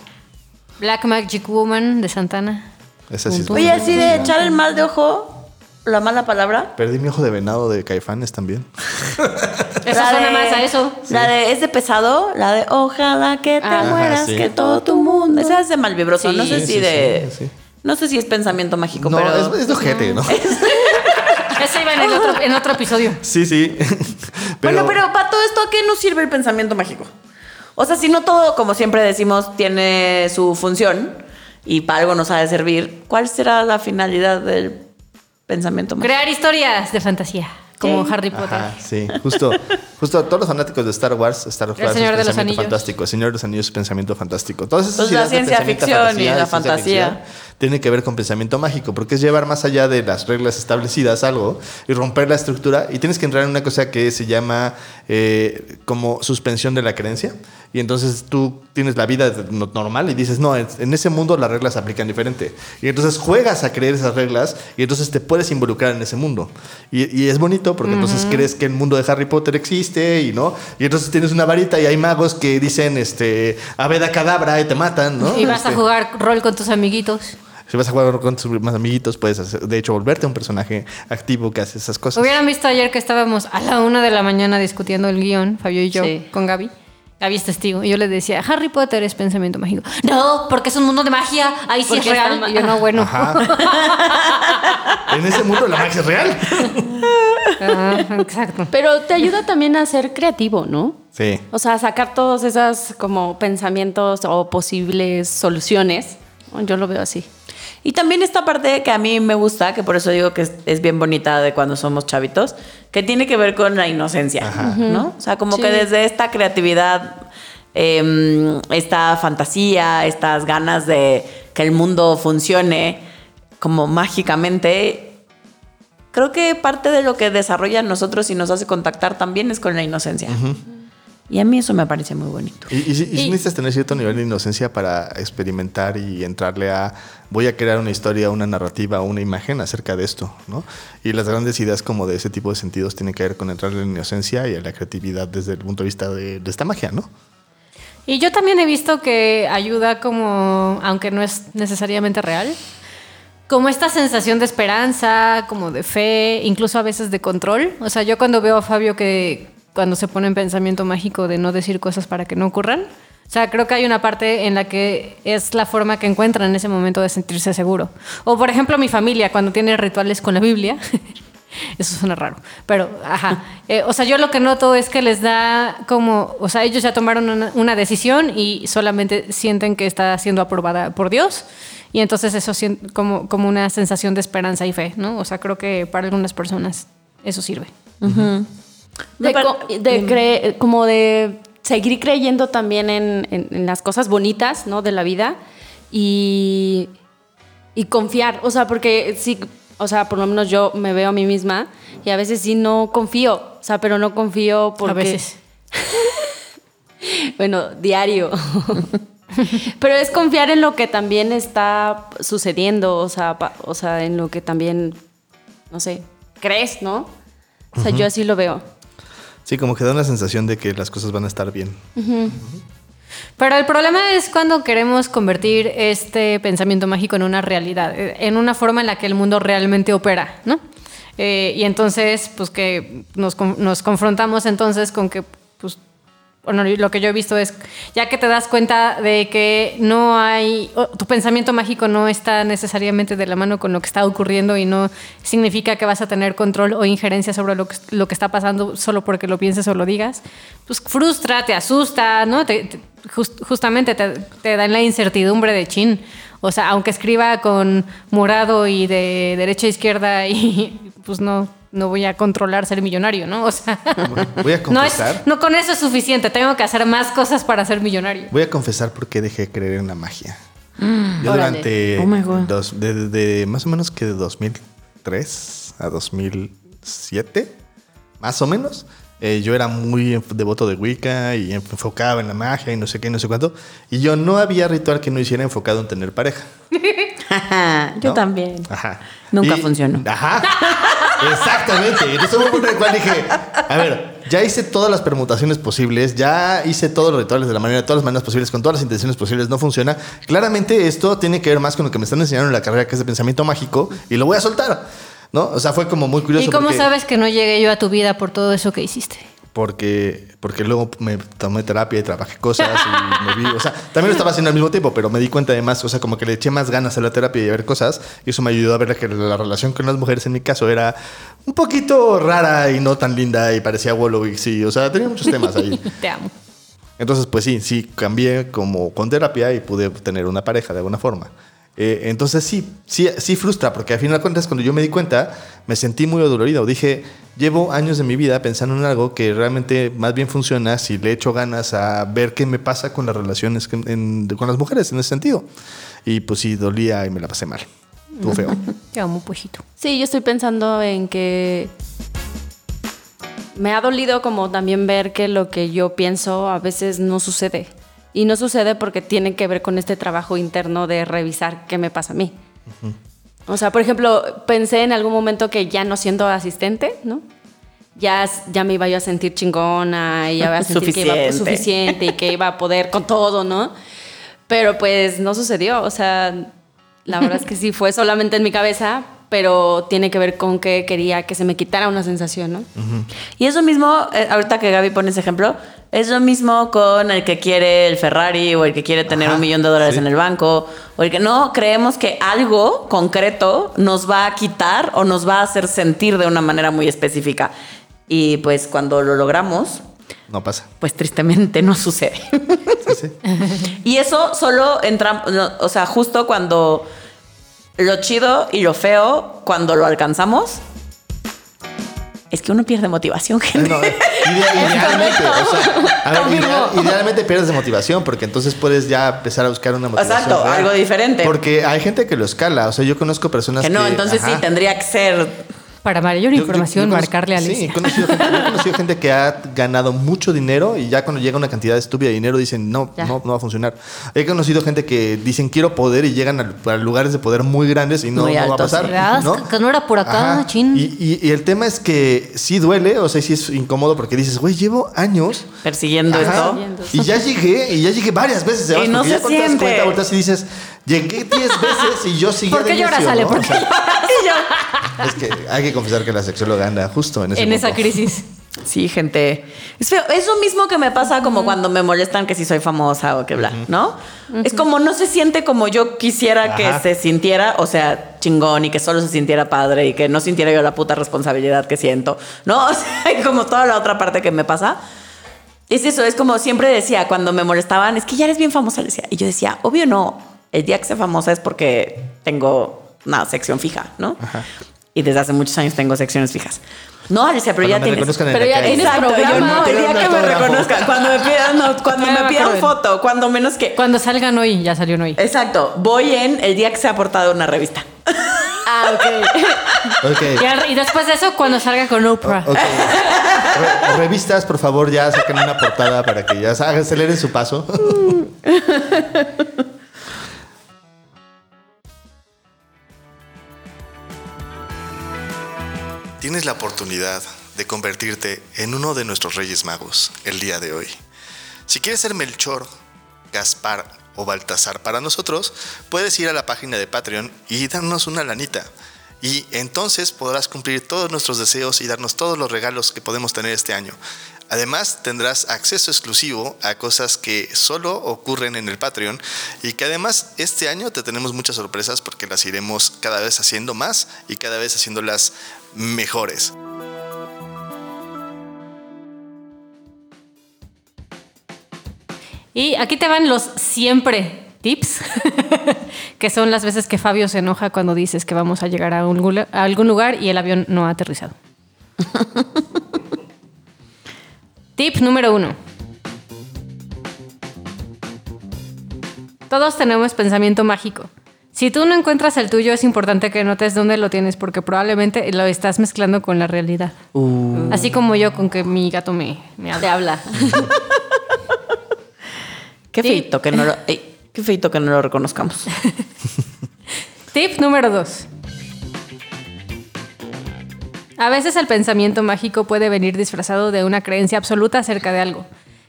Speaker 3: Black Magic Woman de Santana.
Speaker 2: Esa sí es
Speaker 4: Oye, así de echar el mal de ojo, la mala palabra.
Speaker 2: Perdí mi ojo de venado de Caifanes también.
Speaker 3: Eso
Speaker 4: La
Speaker 3: suena
Speaker 4: de-
Speaker 3: más a eso.
Speaker 4: La de es de pesado, la de ojalá que te
Speaker 3: Ah. Ajá,
Speaker 4: mueras,
Speaker 2: sí.
Speaker 4: que todo tu mundo. Esa es de mal vibroso,
Speaker 3: Sí.
Speaker 4: no sé
Speaker 2: Sí,
Speaker 4: si
Speaker 2: sí,
Speaker 4: de.
Speaker 2: sí, sí.
Speaker 4: No sé si es pensamiento mágico,
Speaker 2: No,
Speaker 4: pero.
Speaker 2: es, es de ojete, ¿no?
Speaker 3: Eso iba en el otro, en otro episodio.
Speaker 2: Sí, sí.
Speaker 4: Bueno, pero para todo esto, ¿a qué nos sirve el pensamiento mágico? O sea, si no todo, como siempre decimos, tiene su función y para algo nos ha de servir, ¿cuál será la finalidad del pensamiento mágico?
Speaker 3: Crear historias de fantasía, como Harry Potter.
Speaker 2: Ajá, sí, justo, justo a todos los fanáticos de Star Wars, Star Wars es
Speaker 3: Señor de los
Speaker 2: pensamiento
Speaker 3: Anillos.
Speaker 2: fantástico, el Señor de los Anillos es pensamiento fantástico. Todas esas
Speaker 4: Pues la
Speaker 2: ideas de
Speaker 4: ciencia
Speaker 2: pensamiento,
Speaker 4: ficción y la
Speaker 2: de ciencia
Speaker 4: fantasía.
Speaker 2: ficción tienen que ver con pensamiento mágico, porque es llevar más allá de las reglas establecidas algo y romper la estructura y tienes que entrar en una cosa que se llama eh, como suspensión de la creencia y entonces tú tienes la vida no- normal y dices, no, en en ese mundo las reglas se aplican diferente y entonces juegas a creer esas reglas y entonces te puedes involucrar en ese mundo y, y es bonito porque entonces crees que el mundo de Harry Potter existe y no y entonces tienes una varita y hay magos que dicen este aveda cadabra y te matan no
Speaker 3: Y vas a
Speaker 2: Este,
Speaker 3: jugar rol con tus amiguitos.
Speaker 2: si vas a jugar con tus más amiguitos, puedes, hacer- de hecho, volverte un personaje activo que hace esas cosas.
Speaker 3: Hubieran visto ayer que estábamos a la una de la mañana discutiendo el guión, Fabio y yo,
Speaker 1: Sí.
Speaker 3: con Gaby. Gaby es testigo. Y yo le decía, Harry Potter es pensamiento mágico. No, porque es un mundo de magia. Ahí sí
Speaker 1: Porque
Speaker 3: es real.
Speaker 1: está ma-
Speaker 3: Y yo, no, bueno.
Speaker 2: Ajá. en ese mundo la magia es real.
Speaker 3: Ajá, Ah, exacto.
Speaker 1: Pero te ayuda también a ser creativo, ¿no?
Speaker 2: Sí.
Speaker 1: O sea, sacar todos esos como pensamientos o posibles soluciones. Yo lo veo así.
Speaker 4: Y también esta parte que a mí me gusta, que por eso digo que es, es bien bonita de cuando somos chavitos, que tiene que ver con la inocencia, ¿no? O sea, como
Speaker 1: Sí.
Speaker 4: que desde esta creatividad, em, esta fantasía, estas ganas de que el mundo funcione como mágicamente, creo que parte de lo que desarrolla en nosotros y nos hace contactar también es con la inocencia. Y a mí eso me parece muy bonito.
Speaker 2: Y, y sí- y sí
Speaker 3: Y-
Speaker 2: necesitas tener cierto nivel de inocencia para experimentar y entrarle a voy a crear una historia, una narrativa, una imagen acerca de esto, ¿no? Y las grandes ideas como de ese tipo de sentidos tienen que ver con entrarle a la inocencia y a la creatividad desde el punto de vista de, de esta magia, ¿no?
Speaker 3: Y yo también he visto que ayuda como, aunque no es necesariamente real, como esta sensación de esperanza, como de fe, incluso a veces de control. O sea, yo cuando veo a Fabio que cuando se pone en pensamiento mágico de no decir cosas para que no ocurran, o sea, creo que hay una parte en la que es la forma que encuentra en ese momento de sentirse seguro. O por ejemplo mi familia, cuando tiene rituales con la Biblia. Eso suena raro, pero ajá. Eh, o sea, yo lo que noto es que les da como, o sea, ellos ya tomaron una, una decisión y solamente sienten que está siendo aprobada por Dios y entonces eso sien- como, como una sensación de esperanza y fe, ¿no? O sea, creo que para algunas personas eso sirve.
Speaker 1: De,
Speaker 4: Me par-
Speaker 1: co- de cre- como de seguir creyendo también en, en- en las cosas bonitas, ¿no? De la vida. Y, y confiar. O sea, porque sí, o sea, por lo menos yo me veo a mí misma y a veces sí no confío. O sea, pero no confío porque.
Speaker 3: A veces.
Speaker 1: Bueno, diario. Pero es confiar en lo que también está sucediendo, o sea, pa- o sea, en lo que también, no sé, crees, ¿no? O sea, yo así lo veo.
Speaker 2: Sí, como que da una sensación de que las cosas van a estar bien.
Speaker 3: Pero el problema es cuando queremos convertir este pensamiento mágico en una realidad, eh, en una forma en la que el mundo realmente opera, ¿no? Eh, y entonces, pues que nos, con- nos confrontamos entonces con que, pues, bueno, lo que yo he visto es, ya que te das cuenta de que no hay, o tu pensamiento mágico no está necesariamente de la mano con lo que está ocurriendo y no significa que vas a tener control o injerencia sobre lo que, lo que está pasando solo porque lo pienses o lo digas, pues frustra, te asusta, ¿no? Te- te- jus- justamente te, te dan la incertidumbre de chin. O sea, aunque escriba con morado y de derecha a izquierda y pues no, no voy a controlar ser millonario, ¿no? O sea...
Speaker 2: Voy a
Speaker 3: No, es-
Speaker 2: confesar.
Speaker 3: no con eso es suficiente. Tengo que hacer más cosas para ser millonario.
Speaker 2: Voy a confesar por qué dejé de creer en la magia. Yo durante
Speaker 4: Oh my God.
Speaker 2: dos- desde más o menos que de 2003 a 2007, más o menos, eh, yo era muy enf- devoto de Wicca y enf- enfocaba en la magia y no sé qué, no sé cuánto. Y yo no había ritual que no hiciera enfocado en tener pareja.
Speaker 4: Yo
Speaker 2: ¿no?
Speaker 4: también.
Speaker 2: Ajá.
Speaker 4: Nunca funcionó.
Speaker 2: Ajá. Exactamente. Entonces hubo un punto en el cual dije, a ver, ya hice todas las permutaciones posibles, ya hice todos los rituales de la manera, de todas las maneras posibles, con todas las intenciones posibles, no funciona. Claramente esto tiene que ver más con lo que me están enseñando en la carrera, que es de pensamiento mágico, y lo voy a soltar. ¿No? O sea, fue como muy curioso.
Speaker 3: ¿Y cómo
Speaker 2: porque,
Speaker 3: sabes que no llegué yo a tu vida por todo eso que hiciste?
Speaker 2: Porque, porque luego me tomé terapia y trabajé cosas y me vi. O sea, también lo estaba haciendo al mismo tiempo, pero me di cuenta además, o sea, como que le eché más ganas a la terapia y a ver cosas. Y eso me ayudó a ver que la relación con las mujeres en mi caso era un poquito rara y no tan linda y parecía Wolowitz. Sí, o sea, tenía muchos temas ahí.
Speaker 3: Te amo.
Speaker 2: Entonces, pues sí, sí, cambié como con terapia y pude tener una pareja de alguna forma. Eh, entonces sí, sí, sí frustra, porque al final de cuentas cuando yo me di cuenta, me sentí muy adolorido. Dije, llevo años de mi vida pensando en algo que realmente más bien funciona si le echo ganas a ver qué me pasa con las relaciones que- en- con las mujeres en ese sentido. Y pues sí, dolía y me la pasé mal. Estuvo feo.
Speaker 3: Te amo, pujito.
Speaker 1: Sí, yo estoy pensando en que me ha dolido como también ver que lo que yo pienso a veces no sucede. Y no sucede porque tiene que ver con este trabajo interno de revisar qué me pasa a mí. O sea, por ejemplo, pensé en algún momento que ya no siendo asistente, ¿no? Ya, s- ya me iba yo a sentir chingona y ya iba a sentir que iba a-
Speaker 4: Suficiente.
Speaker 1: suficiente y que iba a poder con todo, ¿no? Pero pues no sucedió, o sea, la verdad es que sí fue solamente en mi cabeza, pero tiene que ver con que quería que se me quitara una sensación, ¿no?
Speaker 4: Y es lo mismo, eh, ahorita que Gaby pone ese ejemplo, es lo mismo con el que quiere el Ferrari o el que quiere tener
Speaker 2: Ajá,
Speaker 4: un millón de dólares
Speaker 2: sí.
Speaker 4: en el banco o el que no creemos que algo concreto nos va a quitar o nos va a hacer sentir de una manera muy específica. Y pues cuando lo logramos,
Speaker 2: No pasa.
Speaker 4: pues tristemente no sucede.
Speaker 2: Sí, sí.
Speaker 4: Y eso solo entra, no, o sea, justo cuando lo chido y lo feo, cuando lo alcanzamos, es que uno pierde motivación, gente.
Speaker 2: No, ide- idealmente, o sea, a ver, ideal- idealmente pierdes de motivación porque entonces puedes ya empezar a buscar una motivación.
Speaker 4: Exacto, algo diferente.
Speaker 2: Porque hay gente que lo escala, o sea, yo conozco personas
Speaker 4: Que
Speaker 2: que...
Speaker 4: no, entonces sí,
Speaker 2: ajá.
Speaker 4: tendría que ser.
Speaker 3: Para mayor
Speaker 2: Yo- yo-
Speaker 3: información,
Speaker 2: yo conozco-
Speaker 3: marcarle a
Speaker 2: Sí,
Speaker 3: Alicia.
Speaker 2: he conocido, gente, yo he conocido gente que ha ganado mucho dinero y ya cuando llega una cantidad estúpida de dinero dicen, no, no, no va a funcionar. He conocido gente que dicen, quiero poder y llegan a, a lugares de poder muy grandes y no,
Speaker 4: Muy
Speaker 2: no va a
Speaker 4: altos, sí.
Speaker 2: pasar.
Speaker 3: ¿Verdad? Que no era por acá,
Speaker 2: Ajá.
Speaker 3: chin.
Speaker 2: Y, y- y el tema es que sí duele, o sea, sí es incómodo porque dices, güey, llevo años
Speaker 4: persiguiendo
Speaker 2: Ajá.
Speaker 4: esto.
Speaker 2: Y ya llegué, y ya llegué varias veces. además,
Speaker 4: Y no
Speaker 2: porque
Speaker 4: se
Speaker 2: ya cuando te das
Speaker 4: siente.
Speaker 2: cuenta, volteas y dices, llegué 10 veces y yo seguí.
Speaker 3: ¿Por qué lloras, Ale? ¿Por qué
Speaker 2: Es que hay que confesar que la sexóloga anda justo en ese
Speaker 3: En
Speaker 2: punto.
Speaker 3: esa crisis.
Speaker 4: Sí, gente. Es, feo. es lo mismo que me pasa como cuando me molestan que si soy famosa o que bla, ¿no? Es como no se siente como yo quisiera que
Speaker 2: Ajá.
Speaker 4: se sintiera, o sea, chingón y que solo se sintiera padre y que no sintiera yo la puta responsabilidad que siento, ¿no? O sea, y como toda la otra parte que me pasa. Es eso, es como siempre decía cuando me molestaban, es que ya eres bien famosa, le decía. Y yo decía, obvio no, el día que sea famosa es porque tengo una sección fija, ¿no? y desde hace muchos años tengo secciones fijas. No, Alicia, pero
Speaker 2: Cuando
Speaker 4: ya
Speaker 2: me
Speaker 4: tienes.
Speaker 2: reconozcan en
Speaker 1: pero
Speaker 2: la
Speaker 1: ya
Speaker 2: calle.
Speaker 1: tienes
Speaker 4: Exacto, yo
Speaker 1: programa,
Speaker 4: no,
Speaker 1: te
Speaker 4: el día
Speaker 2: dan
Speaker 4: que me
Speaker 2: autógrafo.
Speaker 4: reconozcan, cuando me pidan, no, cuando
Speaker 3: Ya
Speaker 4: me
Speaker 3: me
Speaker 4: pidan
Speaker 3: acordé.
Speaker 4: foto, cuando menos que.
Speaker 3: Cuando salgan hoy, ya salieron hoy.
Speaker 4: Exacto, voy en el día que se ha portado una revista.
Speaker 3: Ah, ok.
Speaker 2: Ok.
Speaker 3: y, al- y después de eso, cuando salga con Oprah.
Speaker 2: Ok. Re- revistas, por favor, ya saquen una portada para que ya se- aceleren su paso. Tienes la oportunidad de convertirte en uno de nuestros Reyes Magos el día de hoy. Si quieres ser Melchor, Gaspar o Baltasar para nosotros, puedes ir a la página de Patreon y darnos una lanita. Y entonces podrás cumplir todos nuestros deseos y darnos todos los regalos que podemos tener este año. Además, tendrás acceso exclusivo a cosas que solo ocurren en el Patreon y que además este año te tenemos muchas sorpresas porque las iremos cada vez haciendo más y cada vez haciéndolas mejores.
Speaker 3: Y aquí te van los siempre tips, que son las veces que Fabio se enoja cuando dices que vamos a llegar a, un gula- a algún lugar y el avión no ha aterrizado. Tip número uno. Todos tenemos pensamiento mágico. Si tú no encuentras el tuyo, es importante que notes dónde lo tienes porque probablemente lo estás mezclando con la realidad. Así como yo con que mi gato me, me habla.
Speaker 1: Te habla.
Speaker 4: Qué
Speaker 3: Sí.
Speaker 4: feito que no lo, ey, qué feito que no lo reconozcamos.
Speaker 3: Tip número 2. A veces el pensamiento mágico puede venir disfrazado de una creencia absoluta acerca de algo,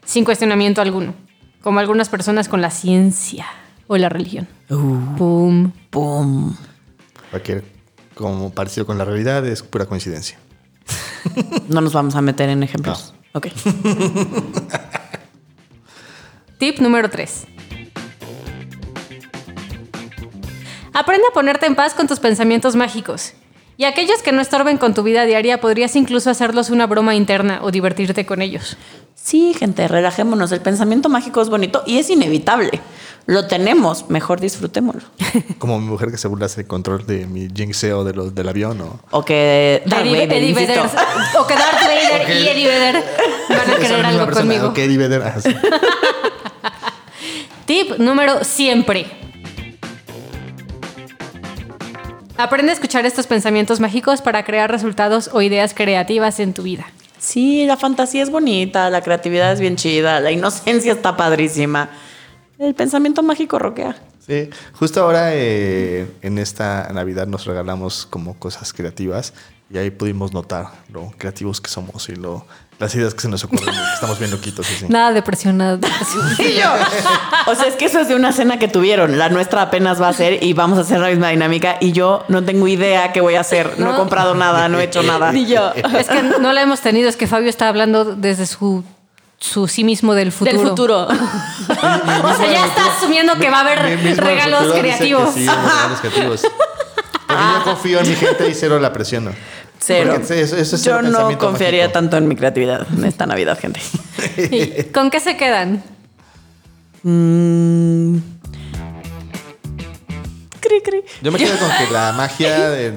Speaker 3: sin cuestionamiento alguno, como algunas personas con la ciencia o la religión. Pum.
Speaker 4: Pum.
Speaker 2: Cualquier como parecido con la realidad es pura coincidencia.
Speaker 4: No nos vamos a meter en ejemplos. Ok.
Speaker 3: Tip número 3. Aprende a ponerte en paz con tus pensamientos mágicos. Y aquellos que no estorben con tu vida diaria, podrías incluso hacerlos una broma interna o divertirte con ellos.
Speaker 4: Sí, gente, relajémonos. El pensamiento mágico es bonito y es inevitable. Lo tenemos, mejor disfrutémoslo.
Speaker 2: Como mi mujer que se burla del control de mi jinxeo de los, del avión o...
Speaker 4: O que Darth
Speaker 3: Eddie-
Speaker 4: Vader,
Speaker 3: Eddie
Speaker 4: insisto.
Speaker 3: Vedder. O que Darth Vader y Eddie Vedder van a
Speaker 2: Esa
Speaker 3: querer
Speaker 2: misma
Speaker 3: algo
Speaker 2: persona,
Speaker 3: conmigo.
Speaker 2: ok, Eddie Vedder, ajá, sí.
Speaker 3: Tip número siempre. Aprende a escuchar estos pensamientos mágicos para crear resultados o ideas creativas en tu vida.
Speaker 4: Sí, la fantasía es bonita, la creatividad es bien chida, la inocencia está padrísima. El pensamiento mágico roquea.
Speaker 2: Sí, justo ahora eh, en esta Navidad nos regalamos como cosas creativas y ahí pudimos notar lo creativos que somos y lo, las ideas que se nos ocurren. y que estamos bien loquitos. sí, sí.
Speaker 3: Nada depresión, nada depresión.
Speaker 4: Y yo. O sea, es que eso es de una cena que tuvieron. La nuestra apenas va a ser y vamos a hacer la misma dinámica. Y yo no tengo idea qué voy a hacer. No, he
Speaker 3: No.
Speaker 4: comprado nada, no he hecho nada.
Speaker 3: Ni yo. Es que no la hemos tenido, es que Fabio está hablando desde su, su sí mismo del futuro.
Speaker 1: Del futuro.
Speaker 3: O sea, ya está asumiendo que va a
Speaker 2: Mi- mi
Speaker 3: haber
Speaker 2: mismo
Speaker 3: regalos
Speaker 2: futuro dice que
Speaker 3: creativos.
Speaker 2: Sí, los regalos creativos. Porque yo confío en mi gente y cero la presiono.
Speaker 4: Cero.
Speaker 2: Porque eso- eso es
Speaker 4: yo
Speaker 2: el
Speaker 4: no
Speaker 2: pensamiento
Speaker 4: confiaría
Speaker 2: mágico.
Speaker 4: tanto en mi creatividad en esta Navidad, gente.
Speaker 3: ¿Y ¿Con qué se quedan?
Speaker 4: Mm. Cri, cri.
Speaker 2: Yo me quedo con que la magia de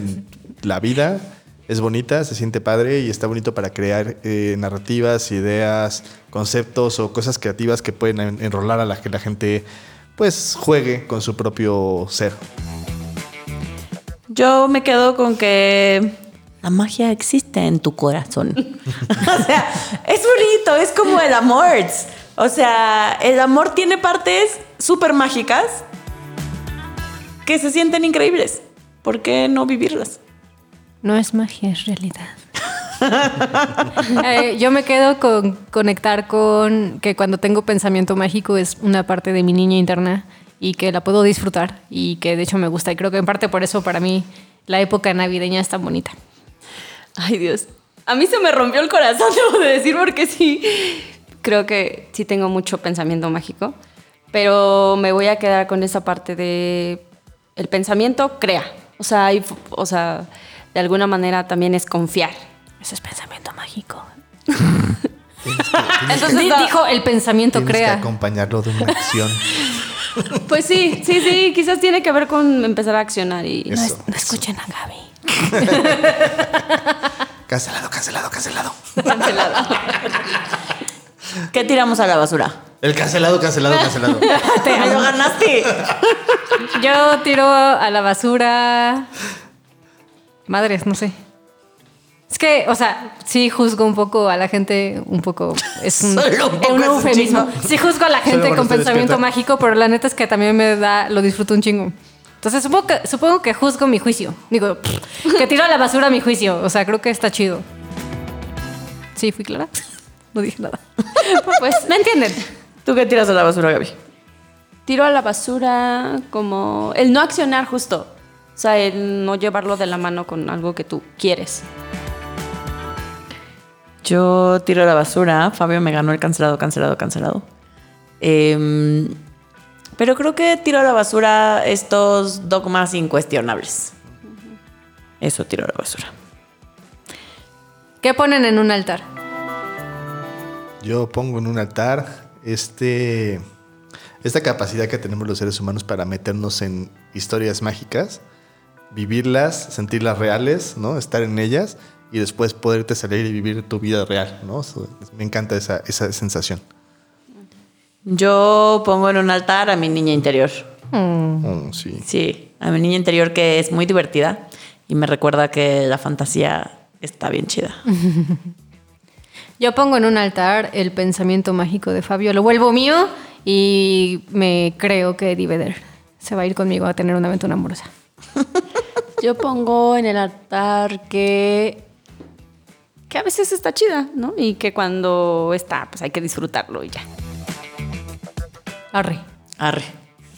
Speaker 2: la vida es bonita, se siente padre y está bonito para crear eh, narrativas, ideas, conceptos o cosas creativas que pueden en- enrolar a la que la gente pues juegue con su propio ser.
Speaker 4: Yo me quedo con que la magia existe en tu corazón. o sea, es bonito, es como el amor. O sea, el amor tiene partes súper mágicas que se sienten increíbles. ¿Por qué no vivirlas?
Speaker 3: No es magia, es realidad. Eh, yo me quedo con conectar con que cuando tengo pensamiento mágico es una parte de mi niña interna y que la puedo disfrutar y que de hecho me gusta. Y creo que en parte por eso para mí la época navideña es tan bonita.
Speaker 1: Ay, Dios. A mí se me rompió el corazón, debo de decir, porque sí, creo que sí tengo mucho pensamiento mágico, pero me voy a quedar con esa parte de el pensamiento crea. O sea, hay f- o sea, de alguna manera también es confiar.
Speaker 3: Eso es pensamiento mágico.
Speaker 2: Tienes
Speaker 3: Entonces
Speaker 1: no.
Speaker 3: dijo el pensamiento
Speaker 2: tienes que
Speaker 3: crea.
Speaker 2: acompañarlo de una acción.
Speaker 1: Pues sí, sí, sí, quizás tiene que ver con empezar a accionar y
Speaker 2: Eso.
Speaker 3: No escuchen a Gaby.
Speaker 2: Cancelado, cancelado, cancelado.
Speaker 4: ¿Qué tiramos a la basura?
Speaker 2: El cancelado, cancelado, cancelado.
Speaker 4: ¡Te lo ganaste!
Speaker 3: Yo tiro a la basura. Madres, no sé. Es que, o sea, sí juzgo un poco a la gente, un poco. Es un,
Speaker 4: Solo un
Speaker 3: es
Speaker 4: poco es un
Speaker 3: eufemismo.
Speaker 4: chingo.
Speaker 3: Sí juzgo a la gente
Speaker 2: cuando
Speaker 3: con
Speaker 2: estoy
Speaker 3: pensamiento
Speaker 2: despierta.
Speaker 3: mágico, pero la neta es que también me da, lo disfruto un chingo. Entonces supongo que, supongo que juzgo mi juicio. Digo, pff, que tiro a la basura mi juicio. O sea, creo que está chido. Sí, fui clara. No dije nada. Pues me entienden.
Speaker 4: ¿Tú qué tiras a la basura, Gaby?
Speaker 1: Tiro a la basura como el no accionar justo. O sea, el no llevarlo de la mano con algo que tú quieres.
Speaker 4: Yo tiro a la basura. Fabio me ganó el cancelado, cancelado, cancelado. Em, pero creo que tiro a la basura estos dogmas incuestionables. Eso tiro a la basura.
Speaker 3: ¿Qué ponen en un altar?
Speaker 2: Yo pongo en un altar este, esta capacidad que tenemos los seres humanos para meternos en historias mágicas, vivirlas, sentirlas reales, ¿no? Estar en ellas y después poderte salir y vivir tu vida real, ¿no? So, me encanta esa, esa sensación.
Speaker 4: Yo pongo en un altar a mi niña interior.
Speaker 2: Mm, sí.
Speaker 4: Sí, a mi niña interior que es muy divertida y me recuerda que la fantasía está bien chida.
Speaker 3: Yo pongo en un altar el pensamiento mágico de Fabio, lo vuelvo mío y me creo que Eddie Vedder se va a ir conmigo a tener una aventura amorosa.
Speaker 1: Yo pongo en el altar que. que a veces está chida, ¿no? Y que cuando está, pues hay que disfrutarlo y ya.
Speaker 3: Arre.
Speaker 4: Arre.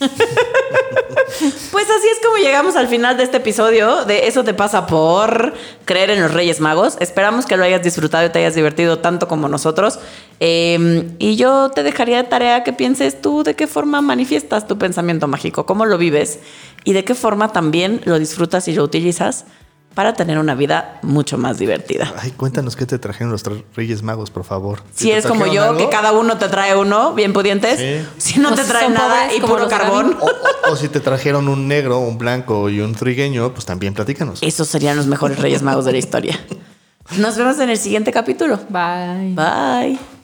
Speaker 4: pues así es como llegamos al final de este episodio de Eso te pasa por creer en los Reyes Magos. Esperamos que lo hayas disfrutado y te hayas divertido tanto como nosotros. Eh, y yo te dejaría de tarea que pienses tú de qué forma manifiestas tu pensamiento mágico, cómo lo vives y de qué forma también lo disfrutas y lo utilizas para tener una vida mucho más divertida.
Speaker 2: Ay, cuéntanos qué te trajeron los tres Reyes Magos, por favor.
Speaker 4: Si
Speaker 2: ¿Te
Speaker 4: eres como yo,
Speaker 2: trajeron
Speaker 4: que
Speaker 2: algo?
Speaker 4: cada uno te trae uno, bien pudientes.
Speaker 2: Sí.
Speaker 4: Si
Speaker 3: O
Speaker 4: no te
Speaker 3: Pues si
Speaker 4: trae
Speaker 3: son
Speaker 4: nada
Speaker 3: pobres
Speaker 4: y
Speaker 3: como
Speaker 4: puro
Speaker 3: los Gaby.
Speaker 4: carbón.
Speaker 2: O, o- o si te trajeron un negro, un blanco y un trigueño, pues también platícanos.
Speaker 4: Esos serían los mejores Reyes Magos de la historia. Nos vemos en el siguiente capítulo.
Speaker 3: Bye.
Speaker 4: Bye.